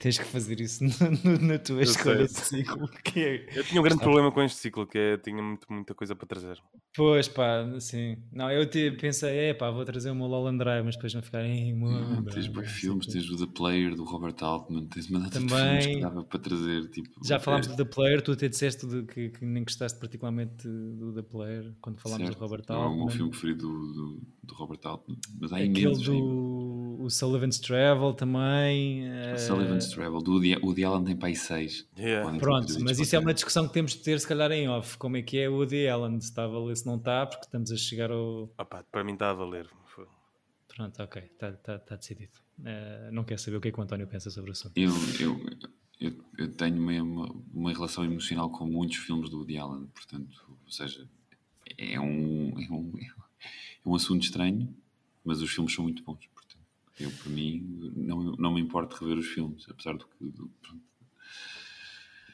Speaker 1: Tens que fazer isso [laughs] no- no- na tua
Speaker 2: Eu sei,
Speaker 1: escolha
Speaker 2: eu
Speaker 1: de ciclo. que é-
Speaker 2: Eu tinha um grande problema com este ciclo, que é, tinha muito, muita coisa para trazer.
Speaker 1: Pois pá, assim. Não, eu te pensei, é pá, vou trazer uma Lola Andrade, mas depois vão ficar em.
Speaker 3: Ah, tens bem filmes, tens o The Player do Robert Altman, tens uma data de filmes que
Speaker 1: Também.
Speaker 3: dava para trazer. Tipo,
Speaker 1: Já falámos
Speaker 3: é,
Speaker 1: do The Player, tu até disseste de que, que nem gostaste particularmente do The Player quando falámos
Speaker 3: certo.
Speaker 1: do Robert
Speaker 3: Não É o meu
Speaker 1: Altman.
Speaker 3: filme preferido do, do, do Robert Altman, mas há
Speaker 1: Aquele
Speaker 3: imensos. ainda.
Speaker 1: do o Sullivan's Travel também. eh,
Speaker 3: O Sullivan's Travel, é do Woody- o Woody Allen tem pai 6.
Speaker 2: Yeah.
Speaker 1: Pronto, mas
Speaker 3: tipo
Speaker 1: isso é
Speaker 3: assim.
Speaker 1: uma discussão que temos de ter, se calhar, em off. Como é que é o Woody Allen? Se está a valer, se não está, porque estamos a chegar ao.
Speaker 2: Opá, para mim está a valer. Foi-
Speaker 1: Pronto, ok, está decidido. Eh, não quero saber o que é que o António pensa sobre o assunto.
Speaker 3: Eu, eu, eu, eu tenho uma, uma, uma relação emocional com muitos filmes do Woody Allen, portanto, ou seja, é um, é um, é um assunto estranho, mas os filmes são muito bons. Portanto, eu, para mim, não, não me importo rever os filmes, apesar do que. do- pronto.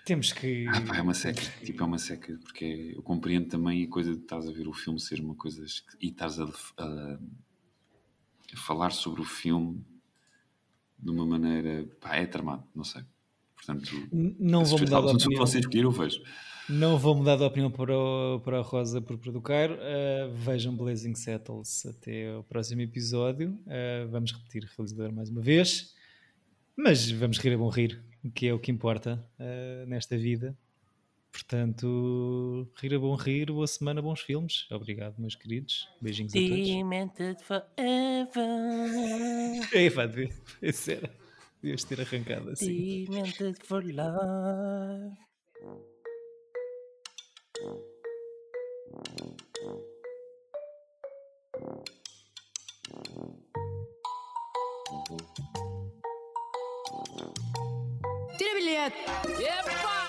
Speaker 1: Temos que.
Speaker 3: Ah, pá, é uma seca, tipo, é uma seca, porque eu compreendo também a coisa de estás a ver o filme ser uma coisa esque- e estás a, a- a falar sobre o filme de uma maneira. pá, é tramado, não sei. Portanto,
Speaker 1: N- Não
Speaker 3: se
Speaker 1: vou mudar de
Speaker 3: vocês- se
Speaker 1: opinião.
Speaker 3: vocês escolherem, eu vejo.
Speaker 1: Não vou mudar de opinião para, o- para a Rosa por Producar. Eh, vejam Blazing Settles até ao próximo episódio. Eh, vamos repetir realizador mais uma vez. Mas vamos rir a bom rir, que é o que importa eh, nesta vida. Portanto, rir a bom rir, boa semana, bons filmes. Obrigado, meus queridos. Beijinhos a todos. [laughs]
Speaker 4: Demented forever.
Speaker 1: Ei, pá, devia- é sério. Devias ter arrancado assim.
Speaker 4: Demented for life.
Speaker 5: Tira bilhete! Epa!